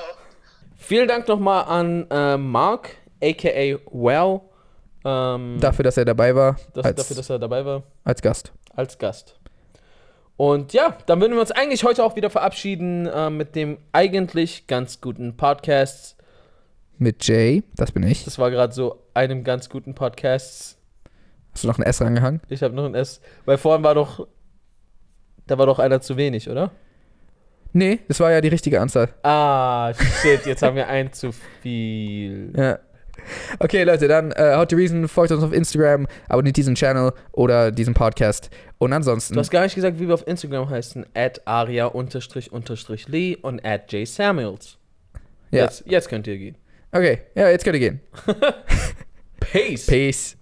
[SPEAKER 1] Vielen Dank nochmal an äh, Mark, aka Well, ähm,
[SPEAKER 2] Dafür, dass er dabei war.
[SPEAKER 1] das,
[SPEAKER 2] als,
[SPEAKER 1] dafür, dass er dabei war,
[SPEAKER 2] als Gast.
[SPEAKER 1] als Gast. Und ja, dann würden wir uns eigentlich heute auch wieder verabschieden äh, mit dem eigentlich ganz guten Podcast.
[SPEAKER 2] Mit Jay, das bin ich.
[SPEAKER 1] Das war gerade so einem ganz guten Podcast.
[SPEAKER 2] Hast du noch ein S rangehangen?
[SPEAKER 1] Ich habe noch ein S, weil vorhin war doch, da war doch einer zu wenig, oder?
[SPEAKER 2] Nee, das war ja die richtige Anzahl.
[SPEAKER 1] Ah, shit, jetzt haben wir einen zu viel.
[SPEAKER 2] Ja. Okay, Leute, dann äh, How to Reason, folgt uns auf Instagram, abonniert diesen Channel oder diesen Podcast. Und ansonsten.
[SPEAKER 1] Du hast gar nicht gesagt, wie wir auf Instagram heißen. At aria-lee und at jsamuels.
[SPEAKER 2] Ja.
[SPEAKER 1] Jetzt, jetzt könnt ihr gehen.
[SPEAKER 2] Okay, ja, jetzt könnt ihr gehen.
[SPEAKER 1] Peace.
[SPEAKER 2] Peace.